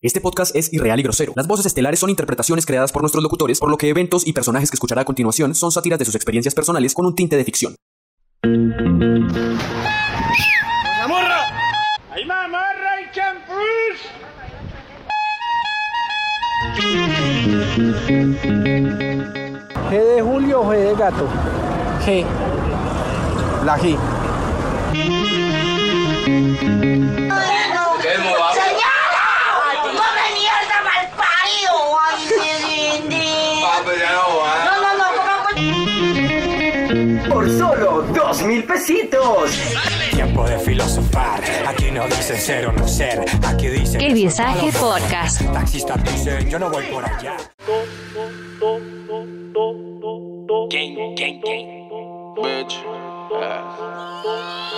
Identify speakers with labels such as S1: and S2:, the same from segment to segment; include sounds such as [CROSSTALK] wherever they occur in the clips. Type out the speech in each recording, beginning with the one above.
S1: Este podcast es irreal y grosero. Las voces estelares son interpretaciones creadas por nuestros locutores, por lo que eventos y personajes que escuchará a continuación son sátiras de sus experiencias personales con un tinte de ficción.
S2: ¡Mamorra! ¡Ay, mamorra y champús!
S3: G de Julio o G de gato.
S4: G.
S3: La G.
S5: ¡Señora! ¡Come mierda mal parido! ¡Ay, sí, sí, sí. No, no, no, ¿cómo coño?
S6: por solo dos mil pesitos.
S7: Tiempo de filosofar, aquí no dicen ser o no ser, aquí dicen...
S8: El Visaje Podcast.
S7: Taxistas dicen, yo no voy por allá.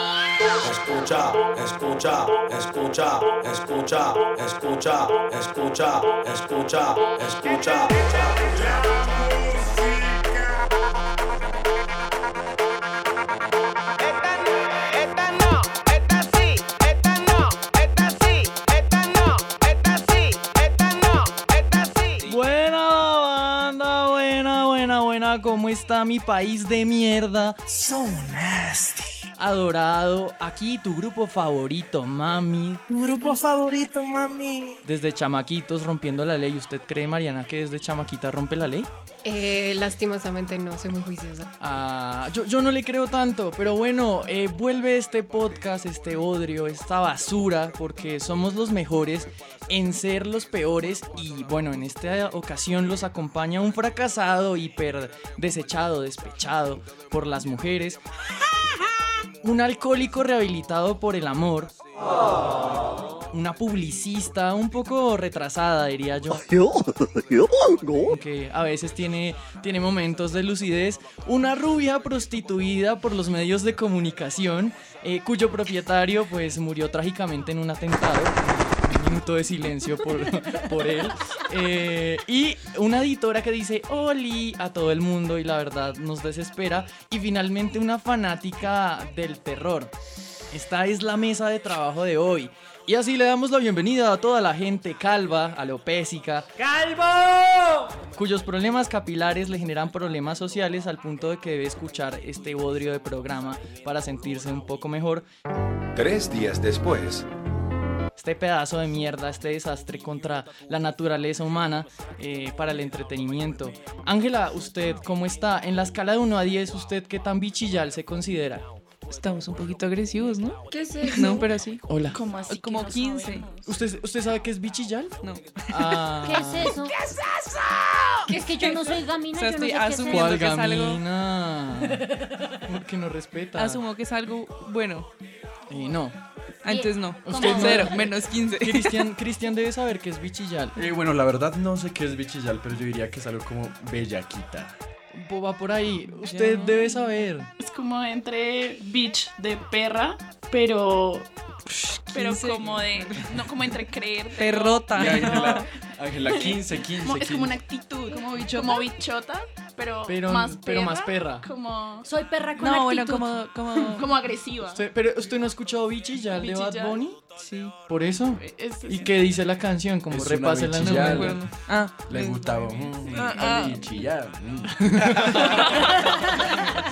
S9: Escucha, escucha, escucha, escucha, escucha, escucha, escucha, escucha.
S2: Esta no, esta sí, esta no, esta sí, esta no, esta sí, esta no, esta sí.
S4: Buena banda, buena, buena, buena. ¿Cómo está mi país de mierda? So nasty. Adorado, aquí tu grupo favorito, mami.
S10: Mi grupo favorito, mami.
S4: Desde chamaquitos rompiendo la ley. ¿Usted cree, Mariana, que desde chamaquita rompe la ley?
S11: Eh, lastimosamente no, soy muy juiciosa.
S4: Ah, yo, yo no le creo tanto, pero bueno, eh, vuelve este podcast, este odrio, esta basura, porque somos los mejores en ser los peores y bueno, en esta ocasión los acompaña un fracasado, hiper desechado, despechado por las mujeres, un alcohólico rehabilitado por el amor, una publicista un poco retrasada, diría yo que a veces tiene, tiene momentos de lucidez, una rubia prostituida por los medios de comunicación, eh, cuyo propietario pues murió trágicamente en un atentado. Un Minuto de silencio por, [LAUGHS] por él. Eh, y una editora que dice Oli a todo el mundo y la verdad nos desespera. Y finalmente una fanática del terror. Esta es la mesa de trabajo de hoy. Y así le damos la bienvenida a toda la gente calva, alopésica, cuyos problemas capilares le generan problemas sociales al punto de que debe escuchar este bodrio de programa para sentirse un poco mejor.
S12: Tres días después,
S4: Este pedazo de mierda, este desastre contra la naturaleza humana eh, para el entretenimiento. Ángela, ¿usted cómo está? En la escala de 1 a 10, ¿usted qué tan bichillal se considera?
S10: Estamos un poquito agresivos, ¿no?
S11: ¿Qué es eso?
S10: No, pero sí.
S4: Hola.
S10: Como así. Como 15.
S4: ¿Usted, ¿Usted sabe qué es bichillal?
S10: No.
S4: Ah, [LAUGHS]
S13: ¿Qué es eso? ¿Qué es eso? Es que yo no soy gamina,
S10: O sea,
S13: yo no
S10: estoy
S13: sé qué es eso.
S10: asumiendo- Viendo
S4: ¿Cuál
S10: que es algo-
S4: gamina?
S10: [LAUGHS]
S4: Porque no respeta.
S10: Asumo que es algo bueno.
S4: Eh, no.
S10: Antes no.
S13: Usted no.
S14: [LAUGHS]
S10: cero, menos 15.
S4: Cristian, Cristian debe saber que es bichillal.
S15: Eh, bueno, la verdad no sé qué es bichillal, pero yo diría que es algo como bellaquita.
S4: Bo- Va por ahí. Usted
S10: Ya.
S4: debe saber.
S14: Es como entre bitch de perra, pero. Pero
S10: 15.
S14: como de. No como entre creer.
S10: Perrota.
S15: Y
S14: Pero- [LAUGHS]
S15: Ángela, Ángela, 15, 15,
S14: como-
S15: 15.
S14: es como una actitud. Como bichota. pero,
S4: Pero-
S14: más perra.
S4: pero más perra.
S14: Como,
S13: Soy perra con
S10: No, bueno,
S13: actitud.
S10: como. [LAUGHS] como
S14: como agresiva.
S4: Usted- pero usted no ha escuchado bichillal de Bad
S14: Bichillal.
S4: Bunny.
S10: sí.
S4: Por eso.
S10: Este
S14: Es- es-
S4: ¿Y qué dice la canción? Como
S15: Es una
S4: repase la
S10: No me
S15: bichillal. Ya,
S4: novela.
S10: acuerdo. Ah.
S15: Le
S10: es-
S15: gustaba. mm,
S10: Ah, ah.
S15: bichillar, mm.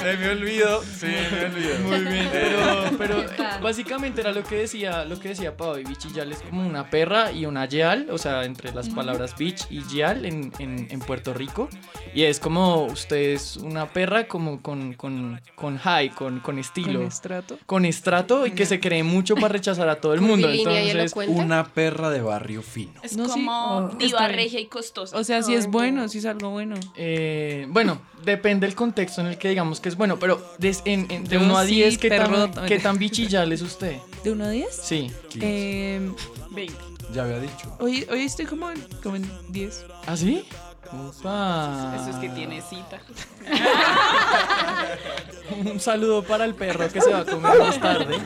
S15: se me olvidó. Se me olvidó.
S4: Muy bien, pero, pero,
S11: ¿Qué tal?
S4: básicamente era lo que decía, lo que decía Pau, y bichillal es como una perra y una yal, o sea, entre las palabras bitch y yal en, en- en Puerto Rico, y es como usted es una perra como con, con, con high, con, con estilo,
S10: Con
S4: con,
S10: estrato.
S4: estrato y que se cree mucho para rechazar a todo el mundo,
S11: Curvilínea y
S4: entonces...
S11: elocuente.
S15: Una perra de barrio fino.
S14: es
S10: No, sí.
S14: como
S10: Oh, está
S14: diva
S10: bien.
S14: regia y costosa.
S10: O sea, si es bueno, si es algo bueno.
S4: eh, bueno, depende del contexto en el que digamos que es bueno, pero des- en- en- de
S10: Yo
S4: 1 a
S10: sí,
S4: 10, ¿qué,
S10: perroto.
S4: tan, ¿qué tan bichillal es usted?
S10: ¿De 1 a 10?
S4: Sí.
S15: 15.
S10: Em,
S14: 20.
S15: Ya había dicho.
S10: hoy, hoy estoy como en, como en 10.
S4: ¿Ah, sí? Opa.
S14: Eso es que tiene cita.
S4: [LAUGHS] Un saludo para el perro que se va a comer más tarde.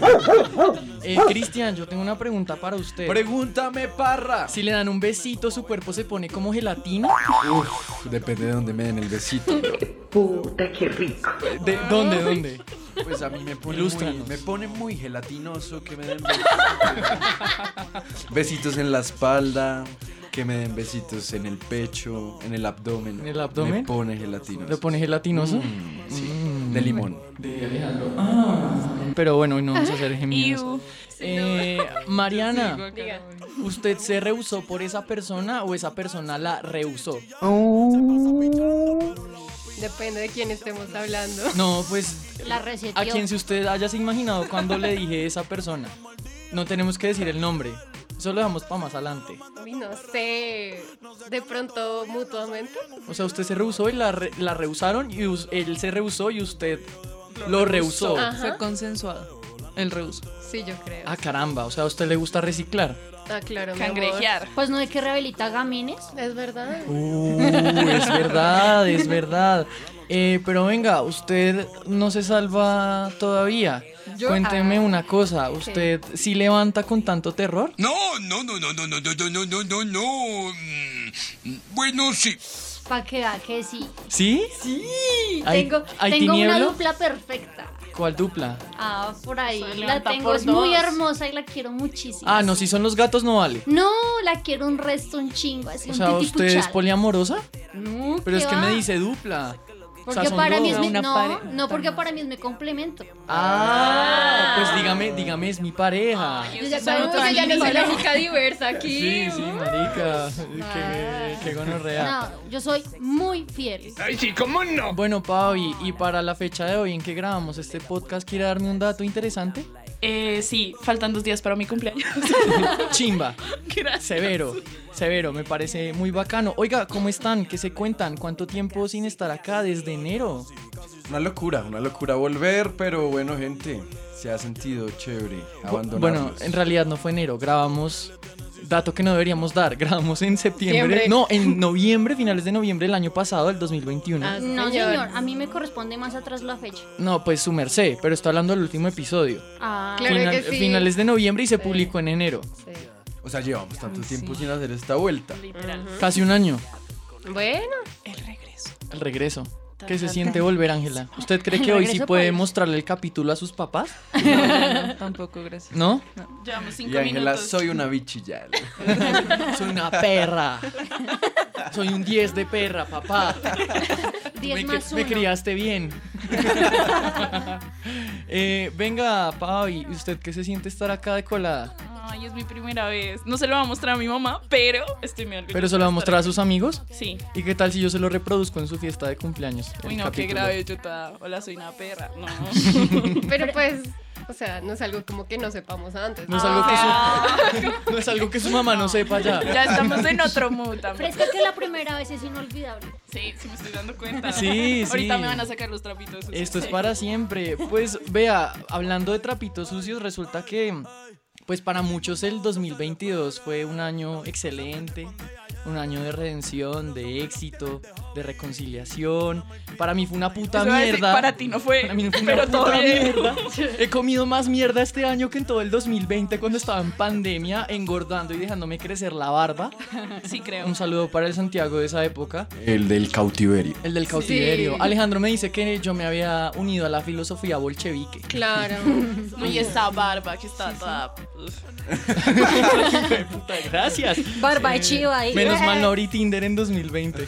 S4: Eh, Cristian, yo tengo una pregunta para usted.
S15: Pregúntame, parra.
S4: si le dan un besito, su cuerpo se pone como gelatina.
S15: Uf, depende de dónde me den el besito.
S6: Puta, qué rico.
S4: ¿De dónde? ¿Dónde?
S15: Pues a mí me pone, muy,
S4: Ilústranos.
S15: me pone muy gelatinoso que me den besitos. besitos en la espalda, que me den besitos en el pecho, en el abdomen.
S4: ¿En el abdomen?
S15: Me pone gelatinoso.
S4: ¿Le pone gelatinoso?
S15: Mm, sí, de limón.
S4: De Alejandro. Pero bueno, hoy no vamos a hacer gemidos.
S14: Iu.
S4: Eh, Mariana, ¿usted se rehusó por esa persona o esa persona la rehusó?
S11: Depende de quién estemos hablando.
S4: No, pues
S11: La reseteó.
S4: a quien si usted haya se imaginado cuando le dije esa persona. No tenemos que decir el nombre. Eso lo dejamos para más adelante.
S11: Uy, no sé. De pronto, mutuamente.
S4: O sea, usted se rehusó y la, re- la rehusaron y us- él se rehusó y usted lo, rehusó.
S10: Ajá. Fue consensuado. El rehuso.
S11: Sí, yo creo.
S4: Ah, caramba, o sea, a usted le gusta reciclar.
S11: Ah, claro. mi
S14: Cangrejear.
S11: amor.
S13: Pues no hay que rehabilitar gamines.
S11: Es verdad.
S4: Uh, es verdad, es verdad. Eh, pero venga, usted no se salva todavía.
S11: Yo-
S4: Cuénteme
S11: ah,
S4: una cosa, ¿usted sí levanta con tanto terror?
S8: No, no, no, no, no, no, no, no, no, no, no. Mm, Bueno, sí.
S13: Para que vea que sí.
S4: ¿Sí?
S13: Sí.
S4: ¿Hay-
S13: Tengo,
S4: hay
S13: tengo una
S4: tinieblo?
S13: dupla perfecta.
S4: ¿Cuál dupla?
S13: Ah, por ahí.
S14: Se
S13: La
S14: levanta
S13: tengo,
S14: por
S13: es muy
S14: dos.
S13: hermosa y la quiero muchísimo.
S4: Ah, no, si son los gatos no vale.
S13: No, la quiero un resto, un chingo. Así,
S4: O
S13: un
S4: sea, ¿usted es
S13: titipuchal.
S4: poliamorosa?
S13: No,
S4: Pero es
S13: ¿qué
S4: que me
S13: va?
S4: dice dupla. O
S13: Porque
S4: sea, son
S13: para mí
S4: dos.
S13: es mi, no, no, porque para mí es mi complemento.
S4: Ah, pues dígame, dígame, es mi pareja.
S13: Yo ya
S11: Pero
S13: sabemos
S11: entonces
S13: que
S11: ya no soy la
S13: no
S11: chica diversa aquí.
S4: Sí, sí, marica. Qué, qué gonorrea.
S13: No, yo soy muy fiel.
S4: Ay, sí, ¿cómo no? Bueno, Pavi, y para la fecha de hoy en que grabamos este podcast, ¿quiere darme un dato interesante?
S14: Eh, sí, faltan dos días para mi cumpleaños.
S4: [LAUGHS] Chimba.
S14: Gracias.
S4: Severo, severo, me parece muy bacano. Oiga, ¿cómo están? ¿Qué se cuentan? ¿Cuánto tiempo sin estar acá desde enero?
S15: Una locura, una locura volver, pero bueno, gente, se ha sentido chévere abandonar.
S4: Bueno, en realidad no fue enero, grabamos dato que no deberíamos dar, [LAUGHS] grabamos en septiembre,
S11: Septiembre.
S4: no, en noviembre, finales de noviembre del año pasado, del 2021.
S11: Ah,
S13: No,
S11: Señor.
S13: señor, a mí me corresponde más atrás la fecha.
S4: No, pues su merced, pero está hablando del último episodio.
S13: Ah,
S4: Final- Finales de noviembre y se publicó en enero.
S15: O sea, llevamos tanto tiempo sin hacer esta vuelta.
S4: Casi un año,
S11: Bueno.
S4: el regreso. ¿Qué se
S11: Tan,
S4: siente
S11: tan.
S4: volver, Ángela? ¿Usted cree
S10: El
S4: que hoy sí
S10: regreso,
S4: puede
S10: pues.
S4: mostrarle el capítulo a sus papás?
S10: No, no, tampoco, gracias.
S4: ¿No?
S14: Llevamos cinco
S15: Y Ángela,
S14: minutos.
S15: soy una bichilla.
S4: Soy una perra. Soy un 10 de perra, papá. Tú
S13: 10
S4: me,
S13: más
S4: cri- me
S13: uno.
S4: criaste bien. Eh, venga, Pavi, ¿usted qué se siente estar acá de colada?
S14: Ay, es mi primera vez. No se lo va a mostrar a mi mamá, pero estoy muy orgullosa.
S4: ¿Pero se lo va a mostrar a sus amigos?
S14: Sí.
S4: ¿Y qué tal si yo se lo reproduzco en su fiesta de cumpleaños?
S14: Uy,
S4: el
S14: no, qué
S4: capítulo?
S14: grave, chuta. Hola, soy una perra.
S4: [LAUGHS]
S14: No.
S11: Pero pues, o sea, no es algo como que no sepamos antes.
S4: No es algo que
S14: Ah.
S4: su, [LAUGHS] no es algo que su mamá no sepa ya.
S14: Ya estamos en otro mood también.
S13: Fresca que la primera vez es inolvidable.
S14: Sí, sí me estoy dando cuenta.
S4: Sí, sí.
S14: Ahorita me van a sacar los trapitos. sucios.
S4: Esto es para siempre. Pues vea, hablando de trapitos sucios, resulta que pues para muchos el 2022 fue un año excelente, un año de redención, de éxito, de reconciliación. Para mí fue una puta
S14: Eso iba a decir,
S4: mierda.
S14: para ti no fue,
S4: Para mí no fue una
S14: pero todo
S4: puta
S14: bien.
S4: mierda. He comido más mierda este año que en todo el 2020 cuando estaba en pandemia, engordando y dejándome crecer la barba.
S14: Sí, creo.
S4: Un saludo para el Santiago de esa época.
S15: El del cautiverio.
S4: El del cautiverio.
S11: Sí.
S4: Alejandro me dice que yo me había unido a la filosofía bolchevique. [LAUGHS]
S15: [LAUGHS]
S11: Claro.
S14: No, y esta barba que está toda. Uf.
S4: Puta, Gracias.
S13: Barba de chiva ahí.
S4: Menos mal no abrí Tinder en 2020.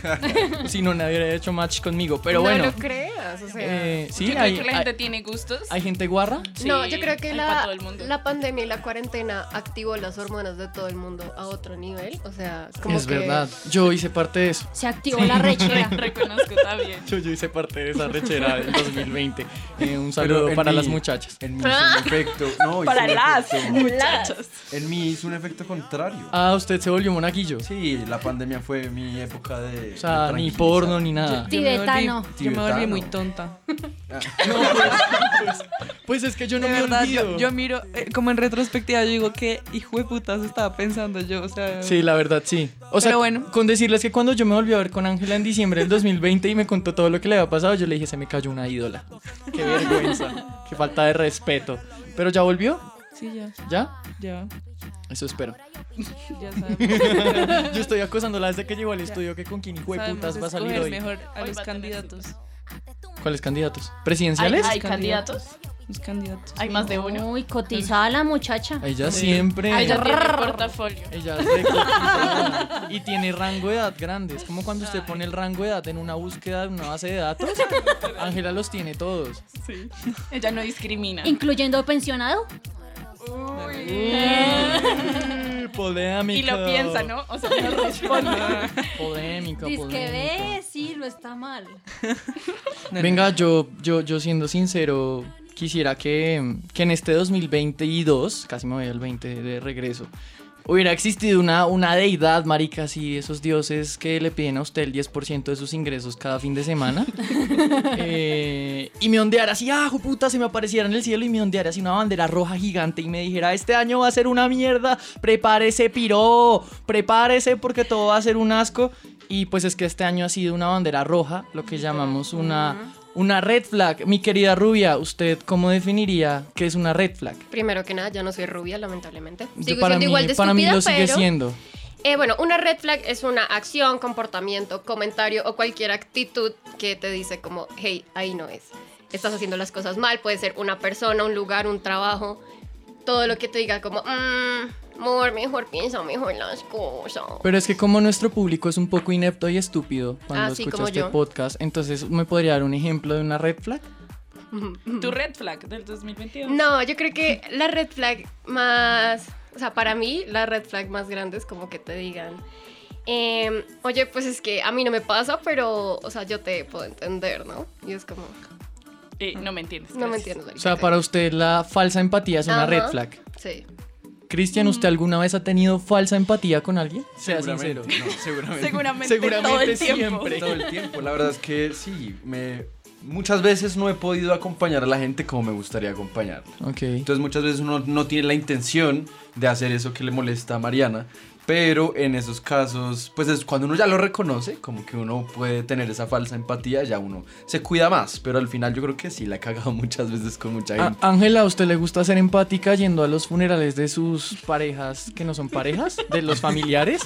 S4: si no, nadie hubiera hecho match conmigo. Pero
S11: no
S4: bueno.
S11: lo creas, o sea.
S4: eh, sí,
S14: Yo creo
S4: hay,
S14: que la
S4: hay-
S14: gente tiene gustos.
S4: hay gente guarra.
S11: no,
S14: Sí,
S11: yo creo que
S14: hay pa'
S11: la,
S14: todo el mundo.
S11: la pandemia y la cuarentena activó las hormonas de todo el mundo a otro nivel. O sea, como
S4: es
S11: que
S4: verdad. Yo hice parte de eso.
S13: Se activó la rechera.
S14: [LAUGHS] Re- reconozco también.
S4: Yo, yo hice parte de esa rechera del 2020. Eh, un saludo
S15: en
S4: para
S15: mí-
S4: las muchachas.
S15: En mí hizo un efecto. No,
S14: Ah. [LAUGHS]
S15: hizo
S14: Para
S15: un
S14: las
S15: efecto-
S14: muchachas.
S15: En mí hizo un efecto contrario.
S4: Ah, usted se volvió monaguillo.
S15: Sí, la pandemia fue mi época de.
S4: O sea, ni porno ni nada.
S10: Yo me volví-
S13: Tibetano.
S10: Yo me volví
S15: Tibetano.
S10: muy tonta.
S4: Pues es que yo no
S10: de
S4: me
S10: verdad,
S4: olvido.
S10: yo, yo miro, eh, como en retrospectiva, yo digo, ¿qué hijo de putas estaba pensando yo? O sea,
S4: Sí, la verdad, sí. O sea,
S10: Pero bueno.
S4: con decirles que cuando yo me volví a ver con Ángela en diciembre del 2020 y me contó todo lo que le había pasado, yo le dije, se me cayó una ídola. [LAUGHS] Qué vergüenza. Qué falta de respeto. Pero ya volvió,
S10: sí, ya,
S4: ¿ya?
S10: [LAUGHS] ya,
S4: Eso [LAUGHS] espero.
S10: ya sabemos.
S4: yo estoy acosándola desde que llegó al estudio que con quién hijo de
S10: Sabemos
S4: putas va a salir
S10: escoger
S4: hoy.
S10: mejor a
S14: Hoy
S10: los
S14: va a tener
S10: candidatos.
S4: ¿Cuáles candidatos? ¿Presidenciales?
S14: ¿Hay, hay candidatos?
S10: Los candidatos.
S14: ¿Hay más de uno?
S13: Uy, cotizada la muchacha.
S4: Ella siempre.
S14: Ay, ya tiene el portafolio.
S4: Ella es
S10: [LAUGHS]
S4: de cotiza y tiene rango de edad grande. Es como cuando usted pone el rango de edad en una búsqueda, en una base
S10: [LAUGHS]
S4: de datos. Ángela los tiene todos.
S14: Sí. Ella no discrimina.
S13: Incluyendo pensionado.
S4: [LAUGHS] Uy, Mm. Polémico.
S14: Y lo piensa, ¿no? O sea, no
S10: [LAUGHS]
S14: responde.
S4: Polémico,
S13: Dice que
S4: polémico.
S13: ve, sí, lo está mal.
S4: Venga, yo, yo, yo siendo sincero, quisiera que, que en este 2022, casi me voy al 20 de regreso, hubiera existido una, una deidad, marica, así, esos dioses que le piden a usted el 10% de sus ingresos cada fin de semana. Eh, y me ondeara así, ah, puta, se me apareciera en el cielo y me ondeara así una bandera roja gigante y me dijera, este año va a ser una mierda, prepárese, piro, prepárese porque todo va a ser un asco. Y pues es que este año ha sido una bandera roja, lo que llamamos una, una red flag. Mi querida rubia, ¿usted cómo definiría qué es una red flag?
S11: Primero que nada, ya no soy rubia, lamentablemente.
S4: Yo
S11: Sigo
S4: para
S11: siendo
S4: mí,
S11: igual de
S4: para mí
S11: estúpida,
S4: lo sigue
S11: pero-
S4: siendo.
S11: Eh, bueno, una red flag es una acción, comportamiento, comentario o cualquier actitud que te dice como, hey, ahí no es. Estás haciendo las cosas mal, puede ser una persona, un lugar, un trabajo, todo lo que te diga como, mmm, amor, mejor piensa mejor las cosas. [LAUGHS]
S4: Pero es que como nuestro público es un poco inepto y estúpido cuando
S11: Ah, sí,
S4: escucha
S11: como
S4: este
S11: yo.
S4: podcast, entonces ¿me podría dar un ejemplo de una red flag?
S14: ¿Tu red flag del 2022?
S11: No, yo creo que la red flag más, o sea, para mí la red flag más grande es como que te digan, em, oye, pues es que a mí no me pasa, pero, o sea, yo te puedo entender, ¿no? Y es como,
S14: Eh, no me entiendes.
S11: no me
S14: gracias.
S11: entiendes.
S4: O sea, para usted la falsa empatía es una
S11: Ajá.
S4: red flag.
S11: Sí.
S4: Cristian,
S10: Mm.
S4: ¿usted alguna vez ha tenido falsa empatía con alguien? Sea sincero.
S15: Seguramente, no, seguramente.
S14: Seguramente, todo el
S4: Seguramente
S14: tiempo.
S4: siempre.
S15: Todo el tiempo. La verdad es que sí, me, muchas veces no he podido acompañar a la gente como me gustaría acompañarla.
S4: Ok.
S15: Entonces muchas veces uno no tiene la intención de hacer eso que le molesta a Mariana. Pero en esos casos, pues es cuando uno ya lo reconoce, como que uno puede tener esa falsa empatía, ya uno se cuida más. Pero al final yo creo que sí la he cagado [LAUGHS] muchas veces con mucha
S4: Á-
S15: gente.
S4: Ángela, ¿a usted le gusta ser empática yendo a los funerales de sus parejas que no son parejas? ¿De los familiares?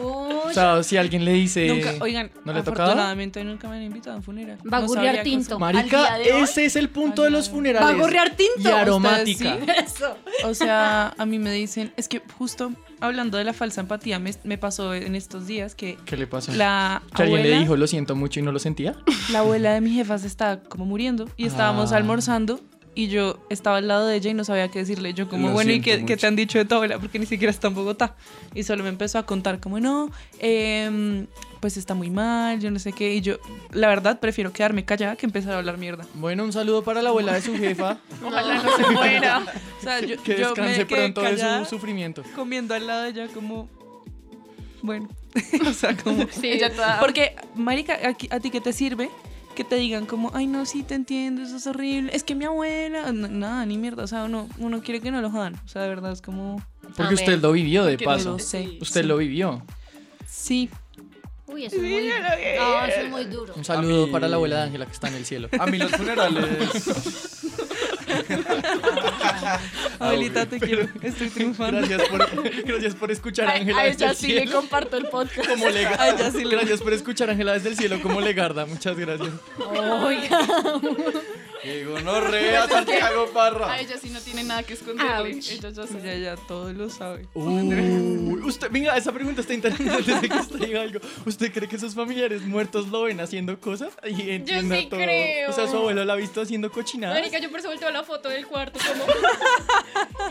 S4: O
S10: Uy.
S4: sea, si alguien le dice...
S10: Eh, Nunca, oigan,
S4: ¿No le ha tocado?
S10: afortunadamente nunca me han invitado a un funeral.
S13: Va a
S10: No
S13: gurrear
S10: sabría qué
S13: tinto.
S10: hacer.
S4: Marica, ese es el punto de los funerales.
S10: Va a gorrear tinto.
S4: Y aromática.
S10: ¿Ustedes sí? O sea, a mí me dicen, es que justo hablando de la falsa empatía, me, me pasó en estos días que
S4: ¿Qué le pasó?
S10: La
S4: ¿Que alguien le
S10: abuela-
S4: dijo lo siento mucho y no lo sentía?
S10: la abuela de mi jefa se estaba como muriendo y estábamos
S4: Ah.
S10: almorzando y yo estaba al lado de ella y no sabía qué decirle. Yo como,
S4: Lo
S10: bueno, ¿y
S4: siento
S10: qué, qué
S4: mucho".
S10: te han dicho de tu abuela? Porque ni siquiera está en Bogotá. Y solo me empezó a contar como, no, em, pues está muy mal, yo no sé qué. Y yo, la verdad, prefiero quedarme callada que empezar a hablar mierda.
S4: Bueno, un saludo para la abuela de su jefa.
S10: Ojalá [LAUGHS]
S14: [LAUGHS]
S10: no se muera. o sea, yo,
S4: que
S10: yo
S4: descanse
S10: me quedé
S4: pronto de
S10: callada
S4: su sufrimiento.
S10: comiendo al lado de ella como... Bueno, [LAUGHS] o sea,
S11: [LAUGHS]
S10: como...
S14: Sí, ella toda-
S10: Porque, marica, aquí- ¿a ti qué te sirve? Que te digan como, ay, no, sí, te entiendo, eso es horrible, es que mi abuela... No, nada, ni mierda, o sea, uno, uno quiere que no lo jodan. O sea, de verdad, es como...
S4: Porque usted lo vivió, de
S10: Porque no
S4: paso.
S10: lo sé.
S4: Usted lo vivió.
S10: Sí.
S13: Uy, eso es muy, no, eso es muy duro.
S4: Un saludo
S15: A mí-
S4: para la abuela de Ángela que está en el cielo.
S15: A mí los [LAUGHS] funerales.
S10: [LAUGHS] Abuelita, te quiero, estoy triunfando.
S4: [LAUGHS] Gracias por, gracias por escuchar,
S14: A,
S4: Ángela.
S14: a
S4: desde
S14: ella
S4: el
S14: sí
S4: cielo.
S14: le comparto el podcast.
S4: Como Legarda.
S14: [LAUGHS]
S10: A ella sí le-
S4: Gracias por escuchar, Ángela, desde el cielo como Legarda. Muchas gracias.
S15: ¡Qué gonorrea, Santiago Parra!
S14: A ella sí no tiene nada que esconderle.
S10: Ouch.
S14: Ella ya sabe.
S10: Ya, ya, todo lo sabe.
S4: Uy, usted, venga, esa pregunta está interesante desde que usted diga algo. ¿Usted cree que sus familiares muertos lo ven haciendo cosas? Y entienda
S11: sí
S4: todo.
S11: creo.
S4: O sea, su abuelo la ha visto haciendo cochinadas.
S11: Marica, yo por eso volteo la foto del cuarto como...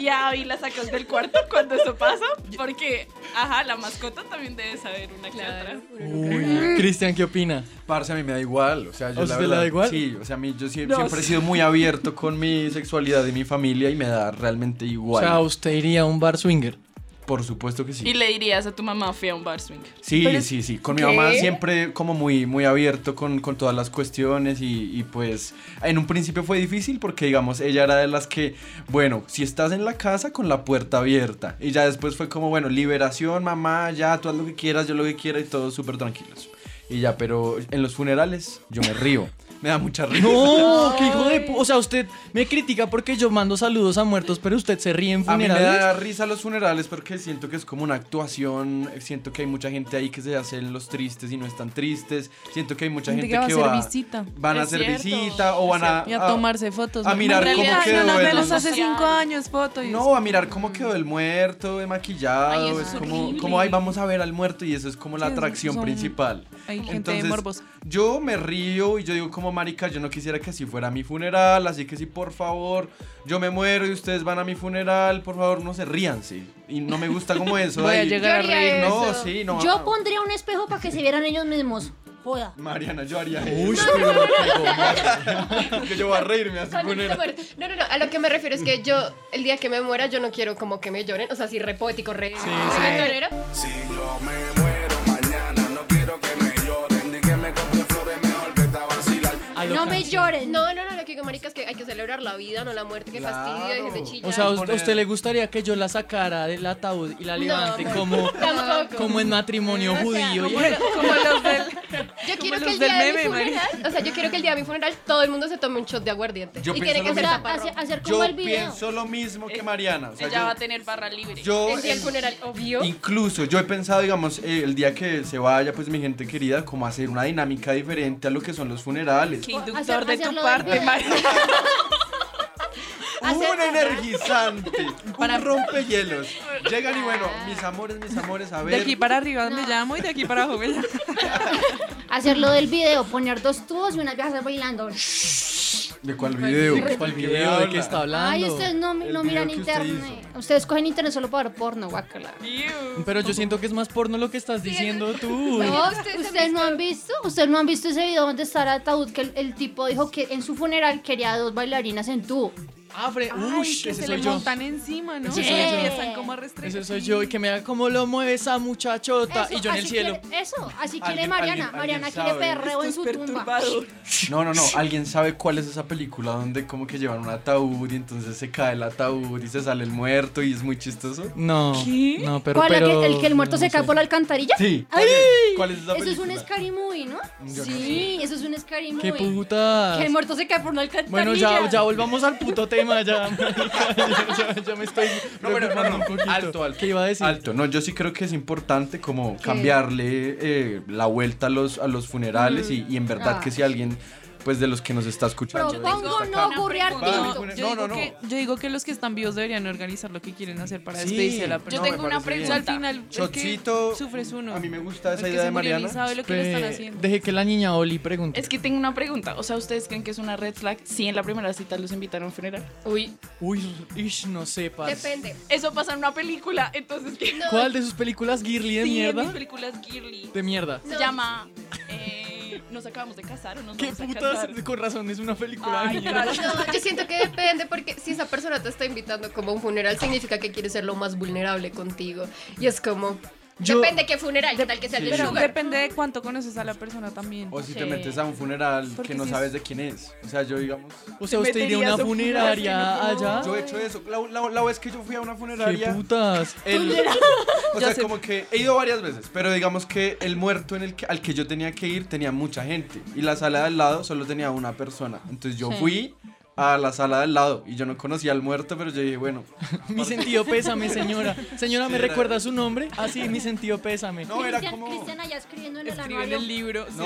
S14: Ya, y la sacas del cuarto cuando eso pasa. Porque, ajá, la mascota también debe saber una que otra.
S4: Uy, Cristian, ¿qué opina?
S15: Parce, a mí me da igual, o sea, yo
S4: ¿A
S15: la
S4: usted le da
S15: verdad-
S4: igual?
S15: Sí, o sea, a mí yo sie-
S4: No,
S15: siempre he
S4: sí.
S15: sido muy abierto con mi sexualidad y mi familia y me da realmente
S4: O
S15: igual.
S4: sea, ¿usted iría a un bar swinger?
S15: Por supuesto que sí.
S14: Y le dirías a tu mamá, fui a un bar swinger.
S15: Sí,
S14: Pero-
S15: sí, sí. Con mi
S14: ¿Qué?
S15: mamá siempre como muy, muy abierto con, con todas las cuestiones y, y, pues en un principio fue difícil porque digamos ella era de las que, bueno, si estás en la casa con la puerta abierta y ya después fue como, bueno, liberación, mamá, ya tú haz lo que quieras, yo lo que quiera y todos súper tranquilos. Y ya, pero en los funerales yo me río. me da mucha risa. [LAUGHS]
S4: No, qué hijo de... pu- O sea, usted me critica porque yo mando saludos a muertos, pero usted se ríe en
S15: A mí me
S4: funerales.
S15: da risa los funerales porque siento que es como una actuación, siento que hay mucha gente ahí que se hacen los tristes y no están tristes, siento que hay mucha gente,
S10: Gente que va a hacer
S15: va-
S10: visita.
S15: van a
S10: Es
S15: hacer
S10: cierto,
S15: visita o van a,
S10: Y a tomarse fotos.
S15: a
S10: ¿no?
S15: mirar
S10: En
S15: ah. cómo
S10: realidad,
S15: quedó
S10: no, no,
S15: el-
S10: menos hace cinco años foto. y-
S15: No, a mirar cómo quedó el muerto, de maquillado,
S10: Ay, eso
S15: es
S10: es
S15: como,
S10: horrible.
S15: como, ay, vamos a ver al muerto y eso es como la
S10: Sí, es-
S15: atracción
S10: son-
S15: principal.
S10: hay gente
S15: Entonces,
S10: morbosa.
S15: Yo me río y yo digo como marica, yo no quisiera que así fuera mi funeral, así que si por favor yo me muero y ustedes van a mi funeral, por favor no se rían, sí. Y no me gusta como
S10: [LAUGHS]
S15: eso.
S10: Voy a
S15: ahí.
S10: llegar a Yo haría reír.
S15: No,
S10: eso.
S15: sí, no.
S13: Yo pondría un espejo para que se vieran ellos mismos. Joda.
S15: Mariana, yo haría eso. Uy, [LAUGHS]
S13: pero
S15: que yo voy a reírme a su
S11: Con esta
S15: funeral.
S11: muerte. No, no, no, a lo que me refiero es que yo, el día que me muera, yo no quiero como que me lloren, o sea, así re poético, re...
S15: sí.
S11: ¿De qué manera?
S13: No me lloren.
S11: No, no, no, lo que digo, marica, es que hay que celebrar la vida, no la muerte, que fastidio, dejen de chillar.
S4: O sea, ¿a usted, a usted le gustaría que yo la sacara del ataúd y la
S11: No,
S4: levante
S11: no,
S4: como,
S11: [LAUGHS] tampoco.
S4: como en matrimonio judío? y-
S11: Yo quiero
S10: los
S11: que el
S10: del
S11: día de mi
S10: meme,
S11: funeral, o sea, yo quiero que el día de mi funeral todo el mundo se tome un shot de aguardiente.
S15: Yo
S11: y
S15: pienso
S11: tiene
S15: lo
S11: que ser
S15: mismo.
S11: taparropa.
S15: Yo pienso lo mismo que Mariana. o sea,
S14: Ella
S15: yo-
S14: va a tener barra libre.
S15: yo-
S14: el día del funeral,
S11: obvio.
S15: Incluso yo he pensado, digamos, eh, el día que se vaya, pues mi gente querida, como hacer una dinámica diferente a lo que son los funerales.
S14: Qué
S13: Hacer-
S14: inductor de tu
S13: hacerlo
S14: parte,
S13: del-
S14: Mario.
S15: Un energizante, un rompehielos. Llegan y bueno, mis amores, mis amores, a
S10: De aquí
S15: ver.
S10: para arriba me llamo y de aquí para abajo me llamo.
S13: Hacerlo del video, poner dos tubos y unas viejas bailando.
S15: ¿De cuál video?
S4: ¿De cuál video? ¿De qué está hablando?
S13: Ay, ustedes no,
S4: El
S13: no
S4: video
S13: miran
S4: que usted
S13: internet. ustedes cogen internet solo para ver porno, guácala.
S4: Pero yo siento que es más porno lo que estás diciendo tú.
S13: No, ustedes no han visto, ustedes no han visto ese video donde está el ataúd que el, el tipo dijo que en su funeral quería dos bailarinas en tubo.
S4: Abre,
S10: Ay,
S4: ush,
S10: que
S4: ese
S10: se le
S4: soy yo.
S10: montan encima, ¿no?
S4: Ese
S10: Y
S4: soy yo.
S10: empiezan como a restringir.
S4: Ese soy yo y que me haga como lo mueve esa muchachota
S13: Eso,
S4: y yo en el
S13: así
S4: cielo.
S13: quiere- eso, así quiere
S15: Alguien-
S13: Mariana.
S15: alguien-
S13: Mariana
S15: alguien
S13: quiere
S15: sabe.
S13: perreo en su tumba.
S15: No, no, no. ¿Alguien sabe cuál es esa película donde como que llevan un ataúd y entonces se cae el ataúd y se sale el muerto y es muy chistoso?
S4: No. No, pero.
S13: ¿Cuál? la
S15: pero-
S13: que- ¿El que el muerto se cae por la alcantarilla?
S15: Sí.
S13: ¡Ay!
S15: ¿Cuál es esa
S13: Eso es un
S15: película?
S13: scary movie, ¿no?
S15: Yo creo que
S13: Sí, eso es un scary
S4: ¡Qué
S13: movie.
S4: putas!
S13: Que el muerto se cae por una alcantarilla.
S4: Bueno, ya, ya volvamos al puto tema, ya,
S15: [LAUGHS]
S4: [LAUGHS] marica, ya, ya- ya me estoy...
S15: No, pero no, no, alto, alto.
S4: ¿Qué iba a decir?
S15: Alto, no, yo sí creo que es importante como cambiarle eh, la vuelta a los, a los funerales y, y en verdad
S13: Ah.
S15: que si alguien, pues de los que nos está escuchando.
S13: Propongo no burrear tinto.
S10: Yo digo que- yo digo que los que están vivos deberían organizar lo que quieren hacer para despedirse de la persona. Al final, el que
S15: Chotcito,
S10: sufre es uno.
S15: a mí me gusta esa
S10: El que
S15: idea
S10: se
S15: de
S10: murió ni
S15: Mariana.
S10: sabe lo que le están haciendo.
S4: Deje Pues, que la niña Oli pregunte.
S14: Es que tengo una pregunta. O sea, ¿ustedes creen que es una red flag si en la primera cita los invitaron a un funeral? Uy,
S4: Uy, ish, no sé, parce.
S14: depende. Eso pasa en una película, entonces... ¿qué?
S4: ¿Cuál de sus películas girly de
S14: Sí, en mis
S4: mierda?
S14: películas girly.
S4: De mierda.
S14: Se llama... eh, nos acabamos de casar o nos
S4: ¿Qué
S14: vamos a
S4: putas?
S14: casar.
S4: Con razón, es una película de
S14: Ay,
S4: mierda.
S11: No, yo siento que depende porque si esa persona te está invitando como a un funeral significa que quiere ser lo más vulnerable contigo y es como depende qué funeral, qué tal que sea el del
S10: Pero
S11: sugar.
S10: depende de cuánto conoces a la persona también.
S15: O si te metes a un funeral que no sabes de quién es. O sea, yo digamos...
S4: O sea, usted iría a una funeraria allá.
S15: Yo he hecho eso. La, la- la vez que yo fui a una funeraria...
S4: ¿Qué putas?
S15: El- [LAUGHS] o
S4: Ya
S15: sea,
S4: sé.
S15: como que he ido varias veces, pero digamos que el muerto en el que, al que yo tenía que ir tenía mucha gente y la sala de al lado solo tenía una persona. Entonces yo
S4: Sí.
S15: fui a la sala de al lado y yo no conocía al muerto, pero yo
S4: [LAUGHS]
S15: dije, bueno.
S4: Mi sentido pésame, señora. Señora, ¿me recuerda su nombre? Ah, sí, mi sentido pésame.
S13: Cristian, Cristian allá escribiendo en el
S10: Escribe en
S13: anuario.
S10: el libro.
S15: No,